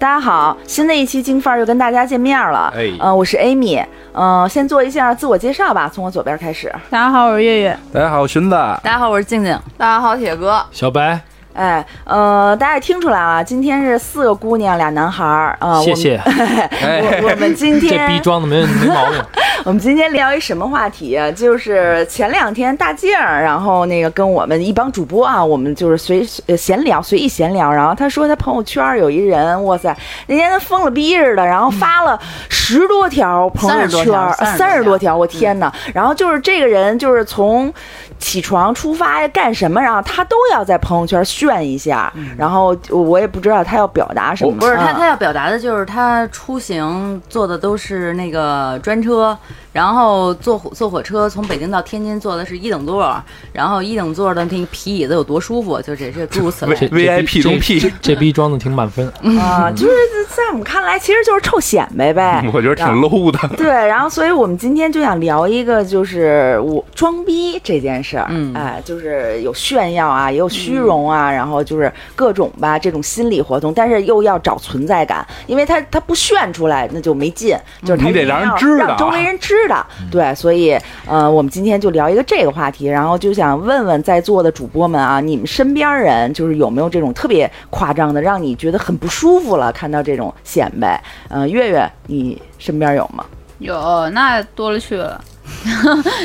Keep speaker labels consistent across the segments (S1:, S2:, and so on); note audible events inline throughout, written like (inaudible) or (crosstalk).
S1: 大家好，新的一期京范儿又跟大家见面了。
S2: 哎
S1: 呃，我是 Amy，嗯、呃，先做一下自我介绍吧，从我左边开始。
S3: 大家好，我是月月。
S2: 大家好，荀子，
S4: 大家好，我是静静。
S5: 大家好，铁哥，
S2: 小白，
S1: 哎，呃，大家也听出来了，今天是四个姑娘俩男孩儿，呃，
S6: 谢谢，
S2: 哎，
S1: (laughs) 我们。我我们今
S6: 这逼
S1: 天，
S6: 装的没没毛病。
S1: 我们今天聊一什么话题啊？就是前两天大静儿，然后那个跟我们一帮主播啊，我们就是随呃闲聊，随意闲聊。然后他说他朋友圈儿有一人，哇塞，那天他疯了逼似的，然后发
S4: (laughs)
S1: 了十多条朋友
S4: 30多
S1: 圈
S4: 条
S1: 儿，
S4: 30
S1: 三十多条，我天哪！然后就是这个人，就是从起床出发干什么，然后他都要在朋友圈炫一下。然后我也不知道他要表达什么，
S4: 嗯不是他，
S1: 嗯
S4: 他要表达的就是他出行坐的都是那个专车，然后坐火坐火车从北京到天津坐的是一等座，然后一等座的那个皮椅子有多舒服，就这些诸如此
S6: 不是
S4: 类。
S6: 这这
S2: VIP 中 P
S6: 这这逼装的挺满分。
S1: 啊，就是在我们看来，其实就是臭显摆呗。
S2: (laughs)
S4: (laughs)
S2: 我觉得挺 low 的。
S1: 对，然后所以我们今天就想聊一个，就是我装逼这件事儿，
S4: 嗯
S1: 哎，就是有炫耀啊，也有虚荣啊，然后就是各种吧这种心理活动，但是又要找存在感，因为他他不炫出来那就没劲，就是他
S2: 嗯你得
S1: 一定
S2: 让人
S1: 要
S2: 知道啊嗯
S1: 让周围人知道，对，所以呃，我们今天就聊一个这个话题，然后就想问问在座的主播们啊，你们身边人就是有没有这种特别夸张的，让你觉得很不舒服了，看到这种显摆，呃，月月，你身边有吗？
S3: 有，那多了去 (laughs) 了。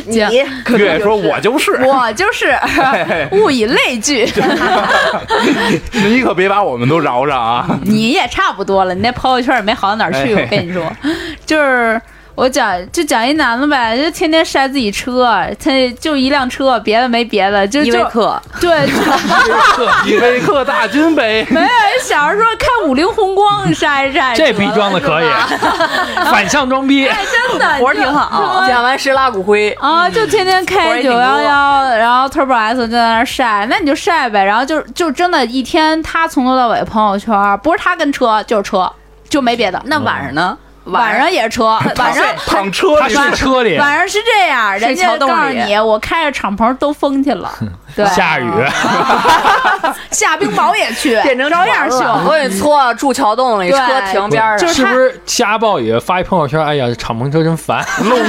S1: 你
S3: (laughs) 姐
S1: 可
S2: 月
S1: 能
S2: 月说：“我就是，
S3: 我就是物以类 (laughs) 聚，
S2: 你可别把我们都饶上 (laughs) 啊
S3: 你也差不多了，你那朋友圈也没好到哪儿去。
S2: 哎
S3: 我跟你说，就是我讲就讲一男的呗，就天天晒自己车，他就一辆车，别的没别的，就
S4: 依
S3: 就
S4: 维柯，
S3: (laughs) 对，就！”
S2: 依维柯大金杯，
S3: (laughs) 没有小时候看五菱宏 (laughs) 光晒一晒，
S6: 这逼装的
S3: 得了
S6: 可以
S3: 是吧，
S6: (laughs) 反向装逼。
S3: 哎，真的
S4: 活儿挺好。
S5: 讲完石拉骨灰，
S3: 啊，就天天开九幺幺，然后 Turbo S 就在那儿晒，那你就晒呗。然后就就真的一天，他从头到尾朋友圈，不是他跟车就是车，就没别的。
S4: 那晚上呢？
S1: 嗯
S3: 晚上也是车，晚上
S2: 躺车
S6: 他
S2: 里
S6: 睡车里，
S3: 晚上是这样，人
S4: 睡
S3: 家
S4: 桥
S3: 告
S4: 洞
S3: 诉
S4: 里
S3: 你，我开着敞篷兜风去了，对，
S6: 下雨，
S3: 下冰雹也去，
S1: 变成
S3: 照样
S1: 床了
S3: 秀。
S5: 我给错住桥洞里，
S3: 对
S5: 车停边
S3: 就
S5: 上。
S6: 是
S3: 他
S6: 不是下暴雨发一朋友圈？哎呀，敞篷车真烦。
S2: 漏雨，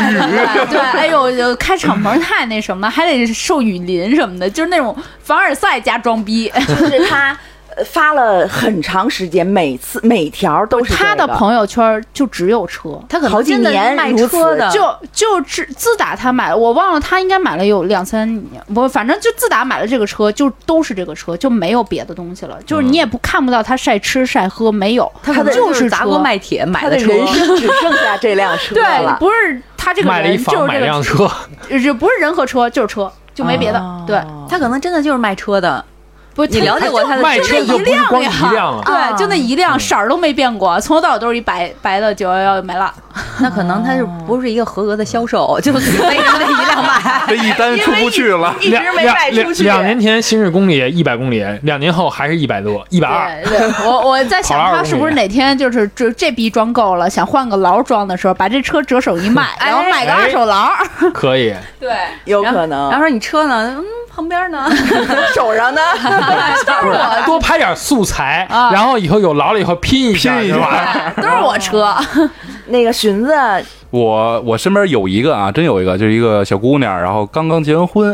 S3: 对，哎呦，就开敞篷太那什么了，还得受雨淋什么的，就是那种凡尔赛加装逼。
S1: 就是他呃发了很长时间，每次每条都是、这个、
S3: 他的朋友圈就只有车，
S4: 他可
S1: 好
S4: 能
S1: 几
S4: 真的
S1: 年
S4: 是卖
S1: 如此
S4: 车的，
S3: 就就自自打他买了，我忘了他应该买了有两三年，不，反正就自打买了这个车，就都是这个车，就没有别的东西了。就是你也不看不到他晒吃晒喝，没有，
S4: 嗯他可能
S3: 就
S4: 就是
S3: 是
S4: 砸
S3: 车
S4: 锅卖铁买
S1: 他的
S4: 车。
S1: 人生只剩下这辆车
S3: 对
S1: 了，。
S3: 不是他这个
S6: 买了一
S3: 人就
S6: 房，
S3: 是
S6: 买
S3: 这
S6: 了辆
S3: 个
S6: 车，
S3: 就不是人和车，就是车，就没别的。对，
S4: 他可能真的就是卖车的。
S3: 不，
S4: 哦你了解过他的嗯
S6: 卖车就
S3: 就那
S6: 不
S3: 一
S6: 是光
S3: 辆
S6: 一辆啊了。
S3: 对，就那一辆色儿都没变过，从头到尾都是一白白的九幺幺没了。
S4: 那可能他就
S1: 哦
S4: 不是一个合格的销售， (laughs) 就死背着那一
S1: (laughs)
S4: 辆买。
S2: 这一单出不去了。
S1: 一直没卖出去。
S6: 两年前新日公里一百公里，两年后还是一百多，一百二。
S2: 啊
S3: 对对，我我在想
S6: 跑了
S3: 他是不是
S6: 20
S3: 哪天就是这这逼装够了，想换个劳装的时候，把这车折手一卖，然后买个
S2: 哎
S3: 二手劳。
S6: 可以，
S3: 对，
S1: 有
S4: 然后
S1: 可
S4: 然
S1: 能
S4: 后说你车呢？嗯，旁边呢？
S1: 手上
S4: (laughs)
S1: 呢，
S6: 不是多拍点素材，
S3: 啊
S6: 然后以后有劳了以后拼一下，
S2: 拼一
S6: 是吧？
S2: 下，
S3: 都是我车。
S1: 那个荀子
S2: 我我身边有一个啊，真有一个，就是一个小姑娘，然后刚刚结完婚，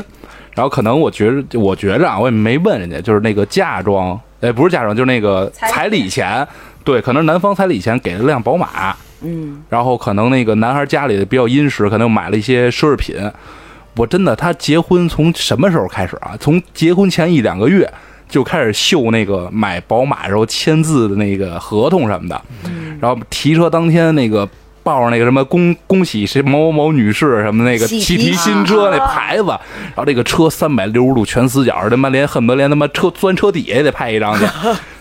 S2: 然后可能我觉着，我觉着啊，我也没问人家，就是那个嫁妆，哎，不是嫁妆，就是那个彩礼钱，对，可能男方彩礼钱给了辆宝马，
S1: 嗯，
S2: 然后可能那个男孩家里比较殷实，可能买了一些奢侈品。我真的，他结婚从什么时候开始啊？从结婚前一两个月就开始秀那个买宝马时候签字的那个合同什么的，
S1: 嗯
S2: 然后提车当天那个抱着那个什么恭恭喜谁某某某女士什么那个
S1: 喜
S2: 喜
S1: 提啊
S2: 提新车那牌子，然后这个车三百六十度全死角，他妈连恨不得连他妈车钻车底下也得拍
S1: (laughs)
S2: 一张去，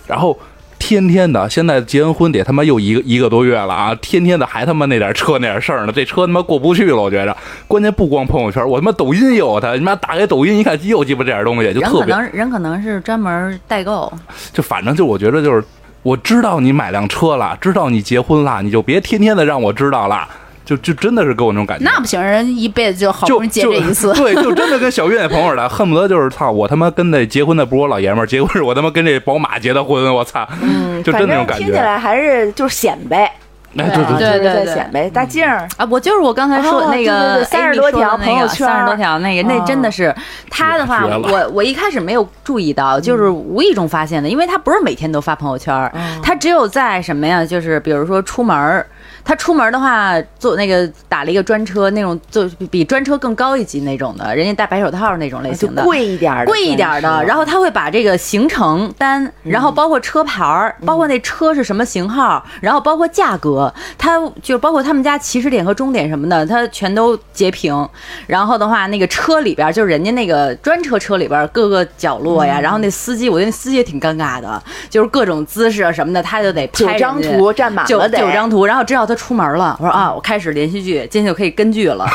S2: 然后天天的，现在结完婚得他妈又一个一个多月了啊！天天的还他妈那点车那点事儿呢，这车他妈过不去了，我觉着。关键不光朋友圈，我他妈抖音也有他，你妈打开抖音一看，又鸡巴这点东西，就
S4: 人
S2: 特
S4: 可
S2: 别
S4: 能，人可能是专门代购，
S2: 就反正就我觉着就是，我知道你买辆车了，知道你结婚了，你就别天天的让我知道了。就就真的是给我那种感觉。
S3: 那不行，人一辈子就好不
S2: 就
S3: 容易结
S2: 就，
S3: 这一次
S2: (laughs) 对，就真的跟小岳那朋友似的，恨不得就是操，我他妈跟那结婚的不是我老爷们儿，结果是我他妈跟这宝马结的婚，我操，
S3: 嗯
S2: 就
S1: 嗯
S2: 真
S1: 反
S2: 的那
S1: 正
S2: 种感
S1: 听起
S2: 觉。
S1: 来还是就是显摆，啊
S2: 哎，对对
S3: 对
S1: 就是在
S3: 对
S1: 显摆。大静儿，
S4: 啊，我就是我刚才说
S1: 哦
S4: 的那
S1: 对对
S4: 个
S1: 对30多条朋友圈
S4: 三十多条那个，那
S1: 嗯
S4: 真的是他的话，
S2: 绝了
S4: 我我一开始没有注意到，就是
S1: 嗯
S4: 无意中发现的，因为他不是每天都发朋友圈儿，
S1: 哦
S4: 他只有在什么呀，就是比如说出门儿。他出门的话，坐那个打了一个专车，那种就比专车更高一级那种的，人家戴白手套那种类
S1: 哦就
S4: 型的，
S1: 贵一点儿的，
S4: 贵一点儿的，然后他会把这个行程单，然后包括车牌儿，包括那车是什么型号，然后包括价格，他就包括他们家起始点和终点什么的，他全都截屏。然后的话，那个车里边儿就是人家那个专车车里边儿各个角落呀，然后那司机，我觉得那司机也挺尴尬的，就是各种姿势啊什么的，他就得
S1: 九
S4: 拍人
S1: 张
S4: 家
S1: 图占满
S4: 九
S1: 了得
S4: 九张图，然后知道他出门了，我说啊，我开始连续剧，今天就可以跟剧了。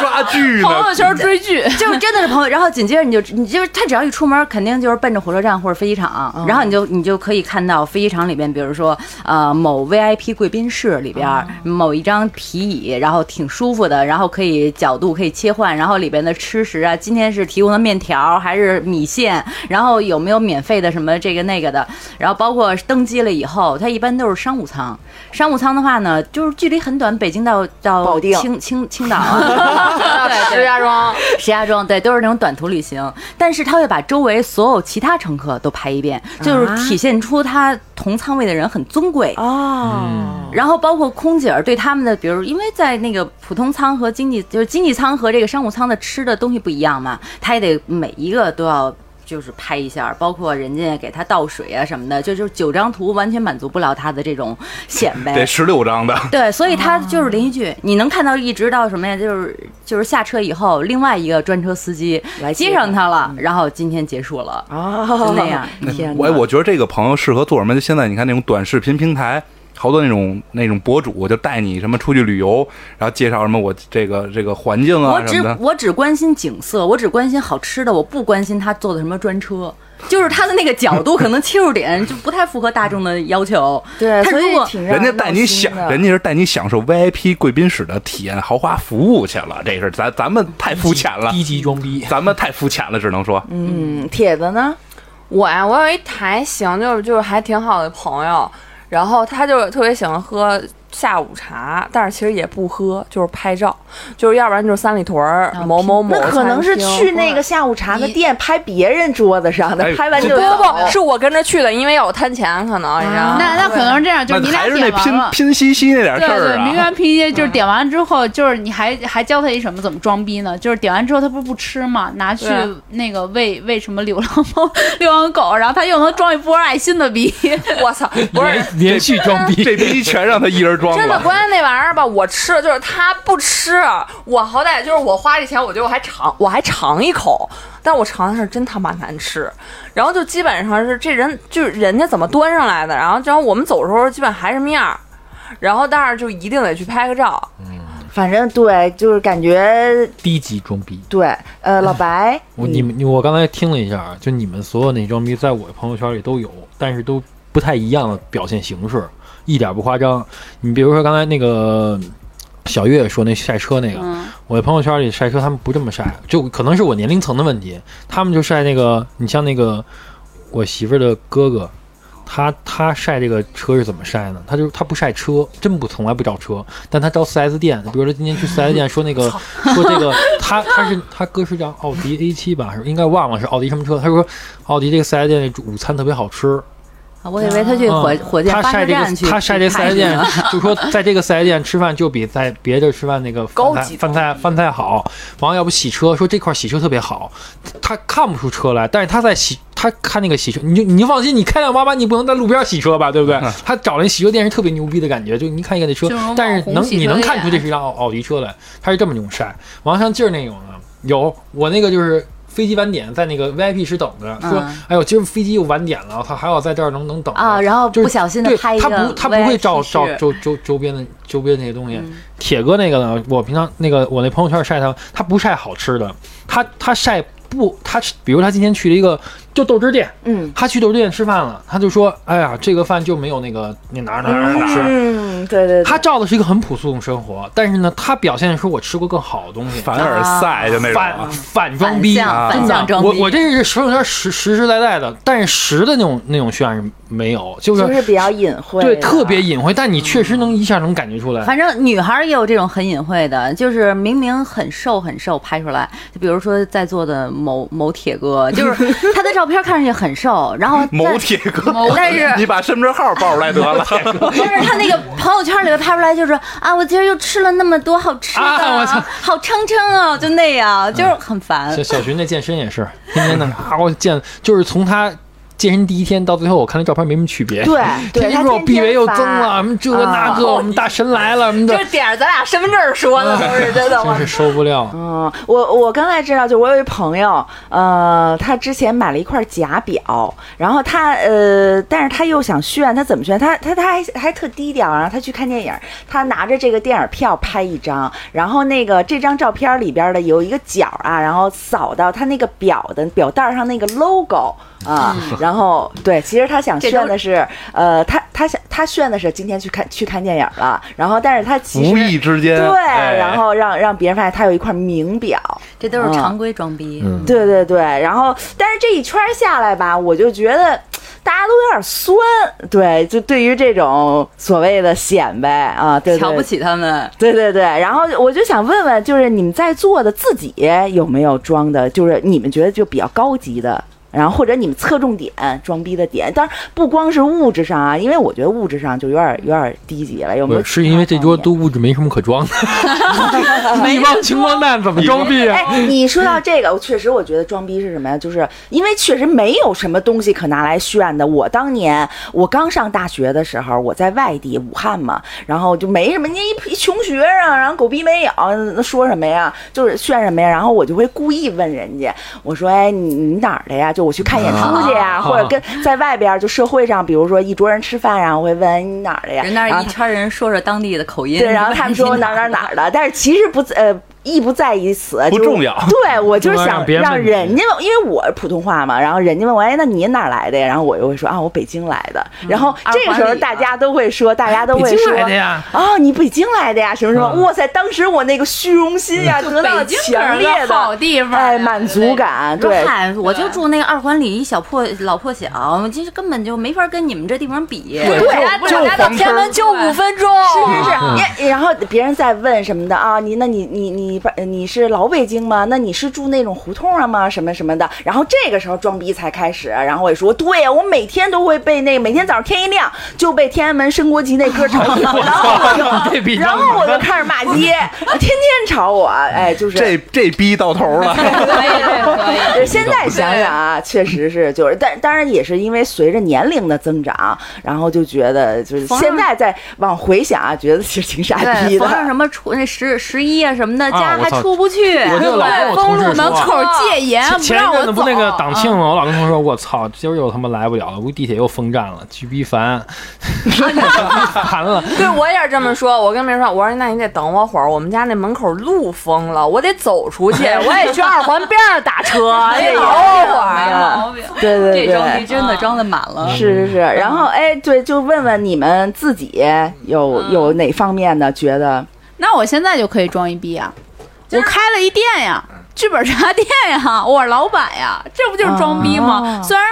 S2: 刷剧呢
S5: 朋，友圈追剧，
S4: (laughs) 就是真的是朋友。然后紧接着你就你就是他只要一出门，肯定就是奔着火车站或者飞机场，
S1: 嗯
S4: 然后你就你就可以看到飞机场里边，比如说呃某 VIP 贵宾室里边、
S1: 嗯
S4: 某一张皮椅，然后挺舒服的，然后可以角度可以切换，然后里边的吃食啊，今天是提供的面条还是米线，然后有没有免费的什么这个那个的，然后包括登机了以后，它一般都是商务舱。商务舱的话呢，就是距离很短，北京到到
S1: 保定
S4: 青青青岛
S1: (laughs)
S4: 啊。
S5: 石家庄，
S4: 石家庄对，都是那种短途旅行，但是他会把周围所有其他乘客都拍一遍，就是体现出他同舱位的人很尊贵。
S6: 嗯
S1: 哦，
S4: 然后包括空姐儿对他们的，比如因为在那个普通舱和经济，就是经济舱和这个商务舱的吃的东西不一样嘛，他也得每一个都要。就是拍一下，包括人家给他倒水啊什么的，就就是九张图完全满足不了他的这种显摆。
S2: 得十六张的，
S4: 对，所以它就是连续剧，你能看到一直到什么呀？就是就是下车以后，另外一个专车司机
S1: 来接
S4: 接嗯上他了，然后今天结束
S6: 啊
S4: 了。
S1: 哦
S4: 就那样，
S1: 天
S3: 嗯
S1: 哪
S2: 哎我我觉得这个朋友适合做什么？就现在你看那种短视频平台，好多那种那种博主就带你什么出去旅游，然后介绍什么我这个这个环境
S4: 我
S2: 啊什
S4: 只
S2: 么的。
S4: 我只关心景色，我只关心好吃的，我不关心他坐的什么专车。就是他的那个角度，可能切入点就不太符合大众的要求。
S1: 对，
S4: 他
S1: 所
S4: 如
S1: 以
S4: 果
S1: 挺让
S2: 人家
S1: 闹
S2: 带你
S1: 心
S2: 享，
S1: 的
S2: 人家是带你享受 VIP 贵宾室的体验豪华服务去了，这是咱咱们太肤浅了，
S6: 低级装逼。
S2: 咱们太肤浅了，只能说，
S1: 嗯，铁子呢？
S5: 我呀，我有一还行，就是就是还挺好的朋友，然后他就是特别喜欢喝下午茶，但是其实也不喝，就是拍照，就是要不然就是三里屯儿某某某
S1: 哦那可能是
S5: 餐厅
S1: 去那个下午茶的店拍别人桌子上的
S2: 哎，
S1: 拍完就
S5: 不不
S1: 走
S5: 不，是我跟着去的，因为要我摊钱，可能你知道
S3: (laughs)
S5: 吗？
S3: 那那可能是这样，就是你
S2: 那
S3: 俩
S2: 还是那
S3: 点完
S2: 拼
S3: 了。
S2: 拼夕夕那点
S3: 对
S2: 事儿
S3: 对，明
S2: 啊。
S3: 完拼接就是点完之后，就是你还还教他一什么怎么装逼呢？就是点完之后他不是不吃嘛，拿去
S5: 对
S3: 那个喂喂什么流浪猫、流浪狗，然后他又能装一波爱心的逼。
S5: 我操，不是。
S6: 连连续装
S2: (laughs)
S6: 逼，
S2: 这逼全让他一人装
S5: 真的，
S2: 了，
S5: 关键那玩意儿吧，我吃了，就是他不吃，啊我好歹就是我花这钱，我觉得我还尝，我还尝一口，但我尝的是真他妈难吃。然后就基本上是这人就是人家怎么端上来的，然后然后我们走的时候基本还什么样儿，然后但是就一定得去拍个照。
S1: 反正对，就是感觉
S6: 低级装逼。
S1: 对，呃，老白，
S6: 哎我你们你我刚才听了一下，啊就你们所有那装逼，在我朋友圈里都有，但是都不太一样的表现形式，一点不夸张。你比如说刚才那个小月说那晒车那个，
S3: 嗯，
S6: 我在朋友圈里晒车，他们不这么晒，就可能是我年龄层的问题，他们就晒那个，你像那个我媳妇儿的哥哥，他他晒这个车是怎么晒呢？他就他不晒车，真不从来不找车，但他招 4S 店，比如说今天去 4S 店说那个说这个他他是他哥是叫奥迪 A7 吧，是应该忘了是奥迪什么车，他说奥迪这个 4S 店的午餐特别好吃，
S4: 啊我以为他去火
S6: 嗯
S4: 火箭
S6: 他
S4: 发
S6: 晒
S4: 射
S6: 这
S4: 站去，
S6: 个，他晒这
S4: 去
S6: 四 S
S4: 看
S6: 店
S4: 呢，
S6: (laughs) 就说在这个四 S 店吃饭就比在别的吃饭那个饭
S5: 高
S6: 菜
S5: 级
S6: 饭菜饭菜好。完了，要不洗车，说这块洗车特别好，他看不出车来，但是他在洗，他看那个洗车，你就你就放心，你开辆八八，你不能在路边洗车吧，对不对？他找那洗车店是特别牛逼的感觉，就你看一看那车
S3: 就是网，
S6: 但是
S3: 红
S6: 能
S3: 洗
S6: 你
S3: 车
S6: 能
S3: 店
S6: 看出这是一辆奥奥迪车来，他是这么用晒。完了，像劲儿那种呢，有我那个就是。飞机晚点在那个 VIP 室等着，说
S4: 嗯：“
S6: 哎呦，今儿飞机又晚点了，他还要在这儿能能等着
S4: 啊，然后
S6: 就是
S4: 不小心的
S6: 对
S4: 拍一
S6: 他
S4: 个 VIP
S6: 不
S4: 室，
S6: 他不会照照周周周边的周边那些东西。
S4: 嗯
S6: 铁哥那个呢，我平常那个我那朋友圈晒他，他不晒好吃的，他他晒不他比如他今天去了一个就豆汁店，
S1: 嗯
S6: 他去豆汁店吃饭了，他就说，哎呀，这个饭就没有那个那哪儿哪儿哪儿好吃。
S1: 嗯，对对对，
S6: 他照的是一个很朴素的生活，但是呢，他表现出我吃过更好的东西，
S2: 凡尔赛就那种啊
S6: 反，反装逼，
S4: 反向
S6: 啊
S4: 反向装逼
S6: 我我这是手有点实实实在在的，但是实的那种那种渲染是没有，就是
S1: 就是比较隐晦，
S6: 对特别。隐晦，但你确实能一下能感觉出来。
S4: 反正女孩儿也有这种很隐晦的，就是明明很瘦很瘦拍出来，就比如说在座的某某铁哥，就是他的照片看上去很瘦，然后
S2: 某
S4: 但
S2: 铁哥，
S4: 但是
S2: (laughs) 你把身份证号报出来得了。
S4: (laughs) 但是他那个朋友圈里面拍出来就是啊，我今儿又吃了那么多好吃的，
S6: 啊我操
S4: 好撑撑啊，就那样，就是很烦。
S1: 嗯
S6: 小小徐那健身也是，
S1: (laughs)
S6: 天天的啊，我健就是从他健身第一天到最后，我看那照片没什么区别。
S1: 对
S6: (laughs)
S1: 对
S6: 天
S1: 他
S6: 天说我
S1: 天
S6: 臂围
S1: 天
S6: 又
S1: 发嗯哦
S6: 增了，什么这那个，我们大神来了什么的嗯
S5: 这，点儿咱俩身份证儿说的都是真的，我
S6: 真是受不了。
S1: 嗯，我我刚才知道，就我有一朋友，呃，他之前买了一块假表，然后他呃，但是他又想炫，他怎么炫？他他他还还特低调，然后他去看电影，他拿着这个电影票拍一张，然后那个这张照片里边的有一个角啊，然后扫到他那个表的表带上那个 logo 啊，然后对，其实他想炫的是，呃，他他想他炫的是今天去看去看电影了，然后但是他其实
S2: 无意之间，
S1: 对，
S2: 哎
S1: 然后让让别人发现他有一块名表，
S4: 这都是常规装逼。
S6: 嗯
S1: 对对对，然后但是这一圈下来吧，我就觉得大家都有点酸，对，就对于这种所谓的显摆啊，对对
S4: 瞧不起他们，
S1: 对对对，然后我就想问问，就是你们在座的自己有没有装的，就是你们觉得就比较高级的，然后或者你们侧重点装逼的点，当然不光是物质上啊，因为我觉得物质上就有点有点低级了，有没
S6: 不
S1: 有
S6: 是，
S1: 其他方面？
S6: 是因为这桌都物质没什么可
S1: (laughs)
S6: 装的， (laughs) 一帮穷光蛋怎么装逼啊？
S1: 哎，你说到这个，我确实我觉得装逼是什么呀？就是因为确实没有什么东西可拿来炫的。我当年我刚上大学的时候，我在外地武汉嘛，然后就没什么，你一一穷学生，然后狗逼没有，那说什么呀？就是炫什么呀？然后我就会故意问人家，我说：“哎，你你哪儿的呀？”就我去看演出去呀，
S6: 啊
S1: 或者跟在外边儿就社会上，比如说一桌人吃饭，然后会问哎你哪儿的呀？
S4: 人那
S1: 然
S4: 儿
S1: 后
S4: 一圈人说说当地的口音，
S1: 对，然后他们说我哪儿哪儿哪儿的，但是其实不呃意不在于此，
S2: 不
S1: 就是
S2: 重要
S1: 对我
S6: (laughs)
S1: 就是
S6: 重要
S1: 想
S6: 让别人
S1: 让
S6: 问你
S1: 人家，因为我普通话嘛，然后人家问我，哎，那你哪儿来的呀？然后我就会说啊，我北京来的。然后
S4: 二
S1: 这个时候
S4: 环里
S1: 大
S4: 的
S1: 家都会说，大家都
S6: 北
S1: 会
S6: 京
S1: 说
S6: 来的呀，
S1: 哦，你北京来的呀，什么什么，
S6: 嗯
S1: 哇塞！当时我那个虚荣心呀，得到了强烈
S3: 的好
S1: 的
S3: 地方，啊
S1: 哎满足。感，
S4: 说
S1: 对，
S4: 嗨，我就住那个二环里一小破老破小，其实根本就没法跟你们这地
S1: (laughs)
S4: 方比。
S5: 对，
S2: 就
S5: 大家到
S2: 黄
S5: 天安门就五分钟，
S1: 是是是，然后别人再问什么的啊，你那你你你不你是老北京吗？那你是住那种胡同啊吗？什么什么的，然后这个时候装逼才开始，然后我也说，对呀、我每天都会被那个，每天早上天一亮就被天安门升国旗那歌吵醒，然后
S6: (laughs)
S1: 我
S6: 这
S1: 哎
S6: 比
S1: 就然后我就开始骂街，天天吵我，哎，就是
S2: 这这逼到头了。
S4: 可以，可以。
S1: 对，现在想想啊，确实是，就是，但当然也是因为随着年龄的增长，然后就觉得就是
S4: 冯
S1: 现
S4: 上
S1: 在再往回想啊，觉得其实挺傻逼
S4: 对，
S1: 的。
S4: 缝上什么出那十十一啊什么的，
S6: 啊
S4: 家
S6: 我
S4: 还
S6: 操
S4: 出不去。
S6: 我就老跟我
S3: 公
S6: 同
S3: 路
S6: 事
S3: 门
S6: 说。啊
S3: 口戒严，不
S6: 前一
S3: 哎让
S6: 阵
S3: 我
S6: 子
S3: 走
S6: 不。那个党庆吗？我老跟同事说，我操，今儿又他妈来不了了，估计地铁又封站了，巨逼烦， (laughs) 烦了。
S5: 对我也是这么说。我跟别人说，我说那你得等我会儿，我们家那门口路封了，我得走出去，我也去二环边上打车，得等我会儿。
S4: 毛病，
S1: 对对对，
S4: 这装逼真的装的满了。
S5: 嗯
S1: 是是是，然后哎，对，就问问你们自己有
S5: 嗯
S1: 有哪方面的觉得
S3: 那我现在就可以装一逼啊！我开了一店呀，剧本杀店呀，我是老板呀，这不就是装逼
S6: 哦
S3: 吗？虽然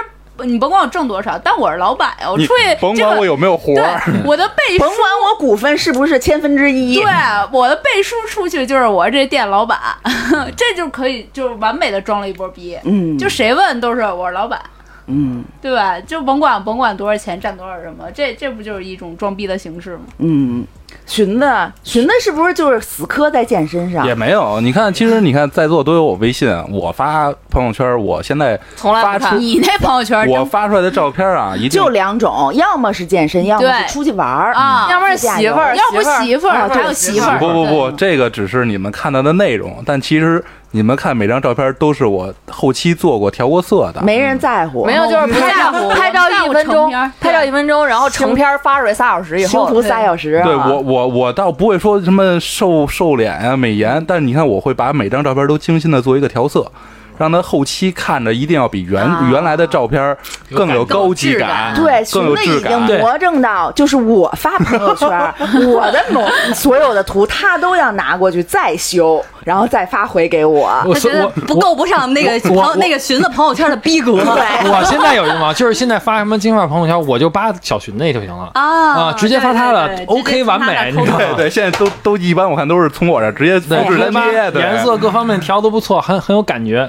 S3: 你甭管我挣多少，但我是老板呀，我
S2: 你
S3: 出去
S2: 甭
S3: 这
S2: 管
S3: 个
S2: 我有没有活儿，
S3: 对我的背书
S1: 甭管我股份是不是千分之一，
S3: 对，我的背书出去就是我这店老板， (laughs) 这就可以就是完美的装了一波逼。
S1: 嗯，
S3: 就谁问都是我是老板，
S1: 嗯
S3: 对吧？就甭管甭管多少钱，占多少什么，这这不就是一种装逼的形式吗？
S1: 嗯，寻子寻子是不是就是死磕在健身上
S2: 也？没有。你看，其实你看，在座都有我微信，我发朋友圈，我现在
S5: 从来
S2: 发
S5: 不看
S2: 出
S3: (laughs) 你那朋友圈
S2: 我
S3: 真
S2: 发出来的照片啊，一定
S1: 就两种，要么是健身，要么
S3: 对
S1: 是出去玩儿
S3: 啊
S5: 要不然
S1: 自驾
S5: 媳妇儿，
S3: 要不媳妇
S1: 啊
S3: 儿，
S1: 对
S3: 还有媳妇儿，
S2: 不不不，
S3: 对，
S1: 嗯
S2: 这个只是你们看到的内容，但其实你们看每张照片都是我后期做过、调过色的。
S1: 没人在乎，
S5: 没有，就是拍照
S3: 不在乎
S5: 拍照一分
S3: 不在乎成
S5: 钟
S3: 片儿，
S5: 拍照一分钟，然后成片儿发出来仨小时以
S1: 修
S5: 后，
S1: 图仨小时啊，
S2: 对我我我倒不会啊说什么瘦瘦脸呀、美颜，但是你看我会把每张照片都精心的做一个调色，让它后期看着一定要比原、原来的照片儿更有高级感，
S1: 啊对，
S2: 嗯更
S1: 熊的
S2: 有质
S1: 已经
S2: 感。
S1: 魔怔到，就是我发朋友圈，
S5: (laughs)
S1: 我的某所有的图，他都要拿过去再修，然后再发回给
S2: (laughs)
S1: 我。
S6: 我
S4: 他觉
S6: 所以
S4: 得
S6: 我
S4: 不够不上那个
S6: 我我
S4: 朋友那个寻子朋友圈的逼格
S1: 对，
S6: 我现在有什么？就是现在发什么金发朋友圈，我就扒小群那就行了
S4: 啊
S6: 直接发他了
S4: 对对对直接从
S6: ，OK，
S4: 他
S6: 完
S4: 那
S6: 美，你
S4: 抠
S6: 知道
S4: 出
S6: 吗
S4: 来？
S2: 对 (laughs) 对，现在都都一般，我看都是从我这儿直接复
S6: 对，
S2: 制粘
S6: 吧
S2: 贴，对
S6: 颜色各方面调都不错，很很有感觉。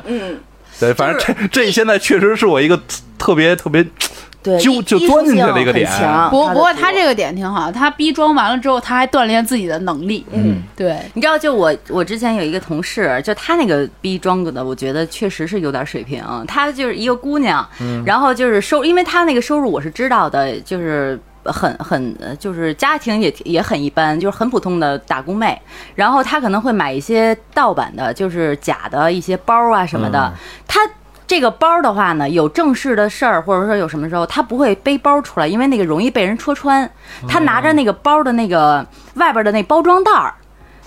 S2: 对，反正这这现在确实是我一个特别特别
S1: 对，
S2: 就
S1: 艺
S2: 就
S1: 艺术
S2: 钻进去了
S1: 性
S2: 一个
S1: 很
S2: 点
S1: 强
S3: 不不过他
S1: 他
S3: 这个点挺好，他逼装完了之后，他还锻炼自己的能力。嗯，对，
S4: 你知道，就我我之前有一个同事，就她那个逼装的，我觉得确实是有点水平。她就是一个姑娘，然后就是收，因为她那个收入我是知道的，就是。很很呃就是家庭也也很一般，就是很普通的打工妹。然后她可能会买一些盗版的，就是假的一些包啊什么的。她这个包的话呢，有正式的事儿或者说有什么时候，她不会背包出来，因为那个容易被人戳穿。她拿着那个包的那个外边的那包装袋儿，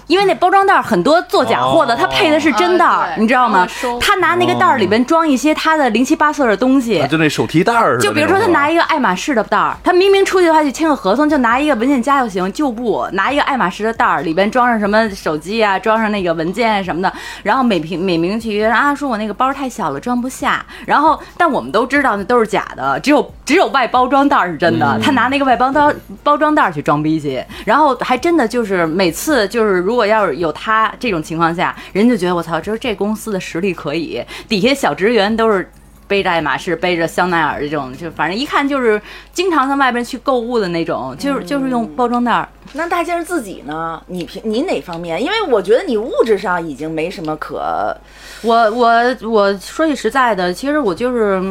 S4: 因为那包装袋儿很多做假货的，
S6: 哦
S4: 他配的是真袋
S3: 啊
S4: 儿，
S3: 对
S4: 你知道
S3: 然
S4: 吗
S3: 后收？
S4: 他拿那个袋儿里边装一些他的零七八碎的东西
S2: 啊，。就那手提袋儿似的那种。
S4: 就比如说，他拿一个爱马仕的袋儿，他明明出去的话去签个合同，就拿一个文件夹就行，就不拿一个爱马仕的袋儿，里边装上什么手机啊，装上那个文件啊什么的，然后美平美名其曰啊，说我那个包太小了，装不下。然后，但我们都知道那都是假的，只有只有外包装袋儿是真的。
S2: 嗯
S4: 他拿那个外包装包装袋儿去装逼去，然后还真的就是每次就是如果要是有他这种情况下，人就觉得我操，就是这公司的实力可以，底下小职员都是。背着爱马仕、背着香奈儿这种，就反正一看就是经常上外边去购物的那种，就是就是用包装袋儿。
S1: 那大件儿自己呢？你平你哪方面？因为我觉得你物质上已经没什么可
S4: 我我我说句实在的，其实我就是，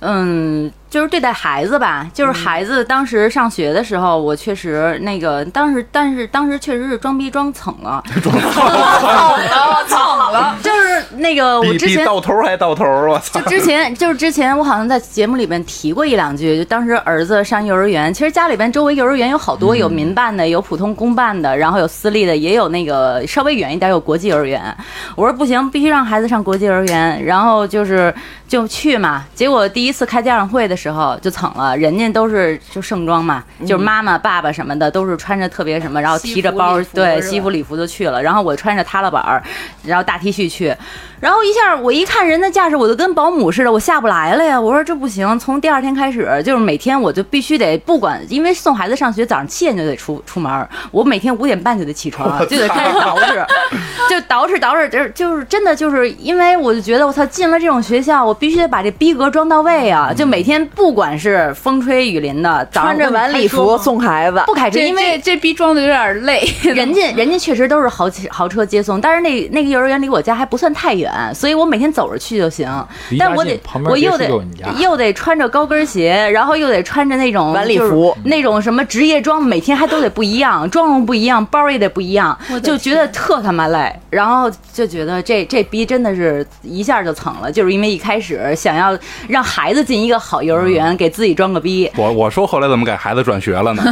S4: 嗯，就是对待孩子吧，就是孩子当时上学的时候，我确实那个当时，但是当时确实是装逼 (laughs) 装蹭了，哦
S5: 我操了！
S4: 就是那个我
S2: 比
S4: 之
S2: 比
S4: 前。
S2: 到头儿还到头儿，我操
S4: (laughs) 就！之前，就是之前，我好像在节目里面提过一两句。就当时儿子上幼儿园，其实家里边周围幼儿园有好多，有民办
S3: 嗯
S4: 的，有普通公办的，然后有私立的，也有那个稍微远一点有国际幼儿园。我说不行，必须让孩子上国际幼儿园。然后就是就去嘛，结果第一次开家长会的时候就蹭了，人家都是就盛装嘛，
S3: 嗯
S4: 就是妈妈、爸爸什么的都是穿着特别什么，然后提着包
S3: 西服礼，服
S4: 对
S3: 是吧
S4: 西服礼服就去了。然后我穿着塌拉板儿，然后大 T 恤去，然后一下我一看人的架势，我就跟保姆似的，我下不来了呀。我说这不行，从第二天开始，就是每天我就必须得不管，因为送孩子上学早上七点就得出出门儿，我每天五点半就得起床，就得开始捯饬， (laughs) 就捯饬捯饬，就是就是真的就是因为我就觉得我操，进了这种学校，我必须得把这逼格装到位啊！就每天不管是风吹雨淋的，早上
S1: 嗯穿着
S4: 我
S1: 晚礼服送孩子。
S4: 不开车，
S3: 这
S4: 因为
S3: 这这逼装的有点累，
S4: 人家人家确实都是豪豪车接送，但是那那个幼儿园离我家还不算太远，所以我每天走着去就行
S6: 离。家
S4: 但我
S6: 近
S4: 得
S6: 旁边
S4: 我
S6: 别
S4: 又
S6: 墅
S4: 得
S6: 就是你家
S4: 又得穿着高跟鞋，然后又得穿着那种
S1: 晚礼
S2: 嗯
S4: 就是
S1: 服
S4: 那种什么职业装，每天还都得不一样，妆容不一样，包也得不一样，就觉得特他妈累。然后就觉得这这逼真的是一下就蹭了，就是因为一开始想要让孩子进一个好幼儿
S2: 嗯
S4: 园，给自己装
S2: (laughs)
S4: 个逼，
S2: 我我说后来怎么给孩子转学了
S4: (laughs)
S2: 呢？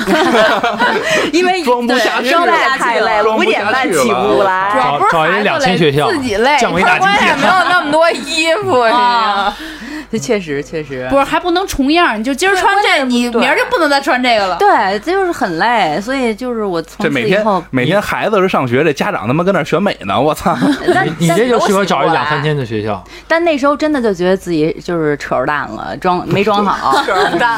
S4: 因为
S2: 装不
S4: 对
S2: 下去
S4: 装不
S2: 了
S4: 下
S1: 太
S4: 去
S1: 累了，
S2: 装
S1: 五
S2: 不下
S1: 点半
S2: 去
S1: 起
S2: 了
S1: 不来。
S6: 找
S5: 不是
S6: 找一
S5: 孩子
S6: 两千
S5: 累
S6: 学校
S5: 自己
S3: 哎
S5: 累，
S6: 降维打
S5: 他
S6: 击
S5: 关键没有哦那么多衣服。
S4: 啊，这确实确实
S3: 不是还不能重样儿，你就今儿穿这，你明儿就不能再穿这个了。
S4: 对，就是很累，所以就是我从
S2: 这每
S4: 此以
S2: 天
S4: 后，
S2: 每天孩子是上学，这家长他妈跟那儿选美呢，我
S4: (laughs)
S2: 操！
S4: 但
S6: 你你这就适合找一两
S5: 啊
S4: 但是我喜欢
S6: 三。千的学校，
S4: 但那时候真的就觉得自己就是扯着蛋了，装没装好，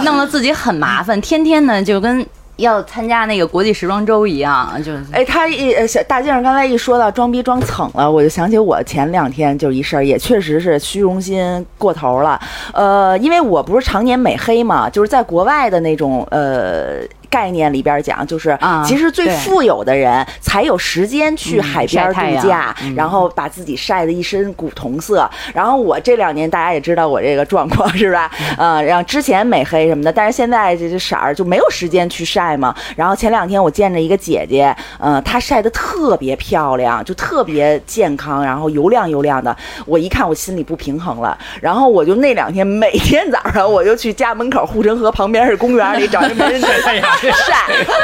S4: 弄得自己很麻烦，天天呢就跟要参加那个国际时装周一样，就是
S1: 哎，他一呃小大静儿刚才一说到装逼装蹭了，我就想起我前两天就一事儿，也确实是虚荣心过头了。呃，因为我不是常年美黑嘛，就是在国外的那种呃。概念里边儿讲，就是
S4: 啊
S1: 其实最
S4: 对
S1: 富有的人才有时间去
S4: 嗯
S1: 海边儿
S4: 晒太
S1: 度
S4: 阳嗯
S1: 假，然后把自己晒得一身古铜色。然后我这两年大家也知道我这个状况是吧？
S4: 嗯
S1: 呃，然后之前美黑什么的，但是现在这这色儿就没有时间去晒嘛。然后前两天我见着一个姐姐，呃，她晒得特别漂亮，就特别健康，然后油亮油亮的。我一看我心里不平衡了，然后我就那两天每天早上我就去家门口护城河旁边是公园里找一没人的
S6: 哎呀 (laughs) 这
S1: 晒，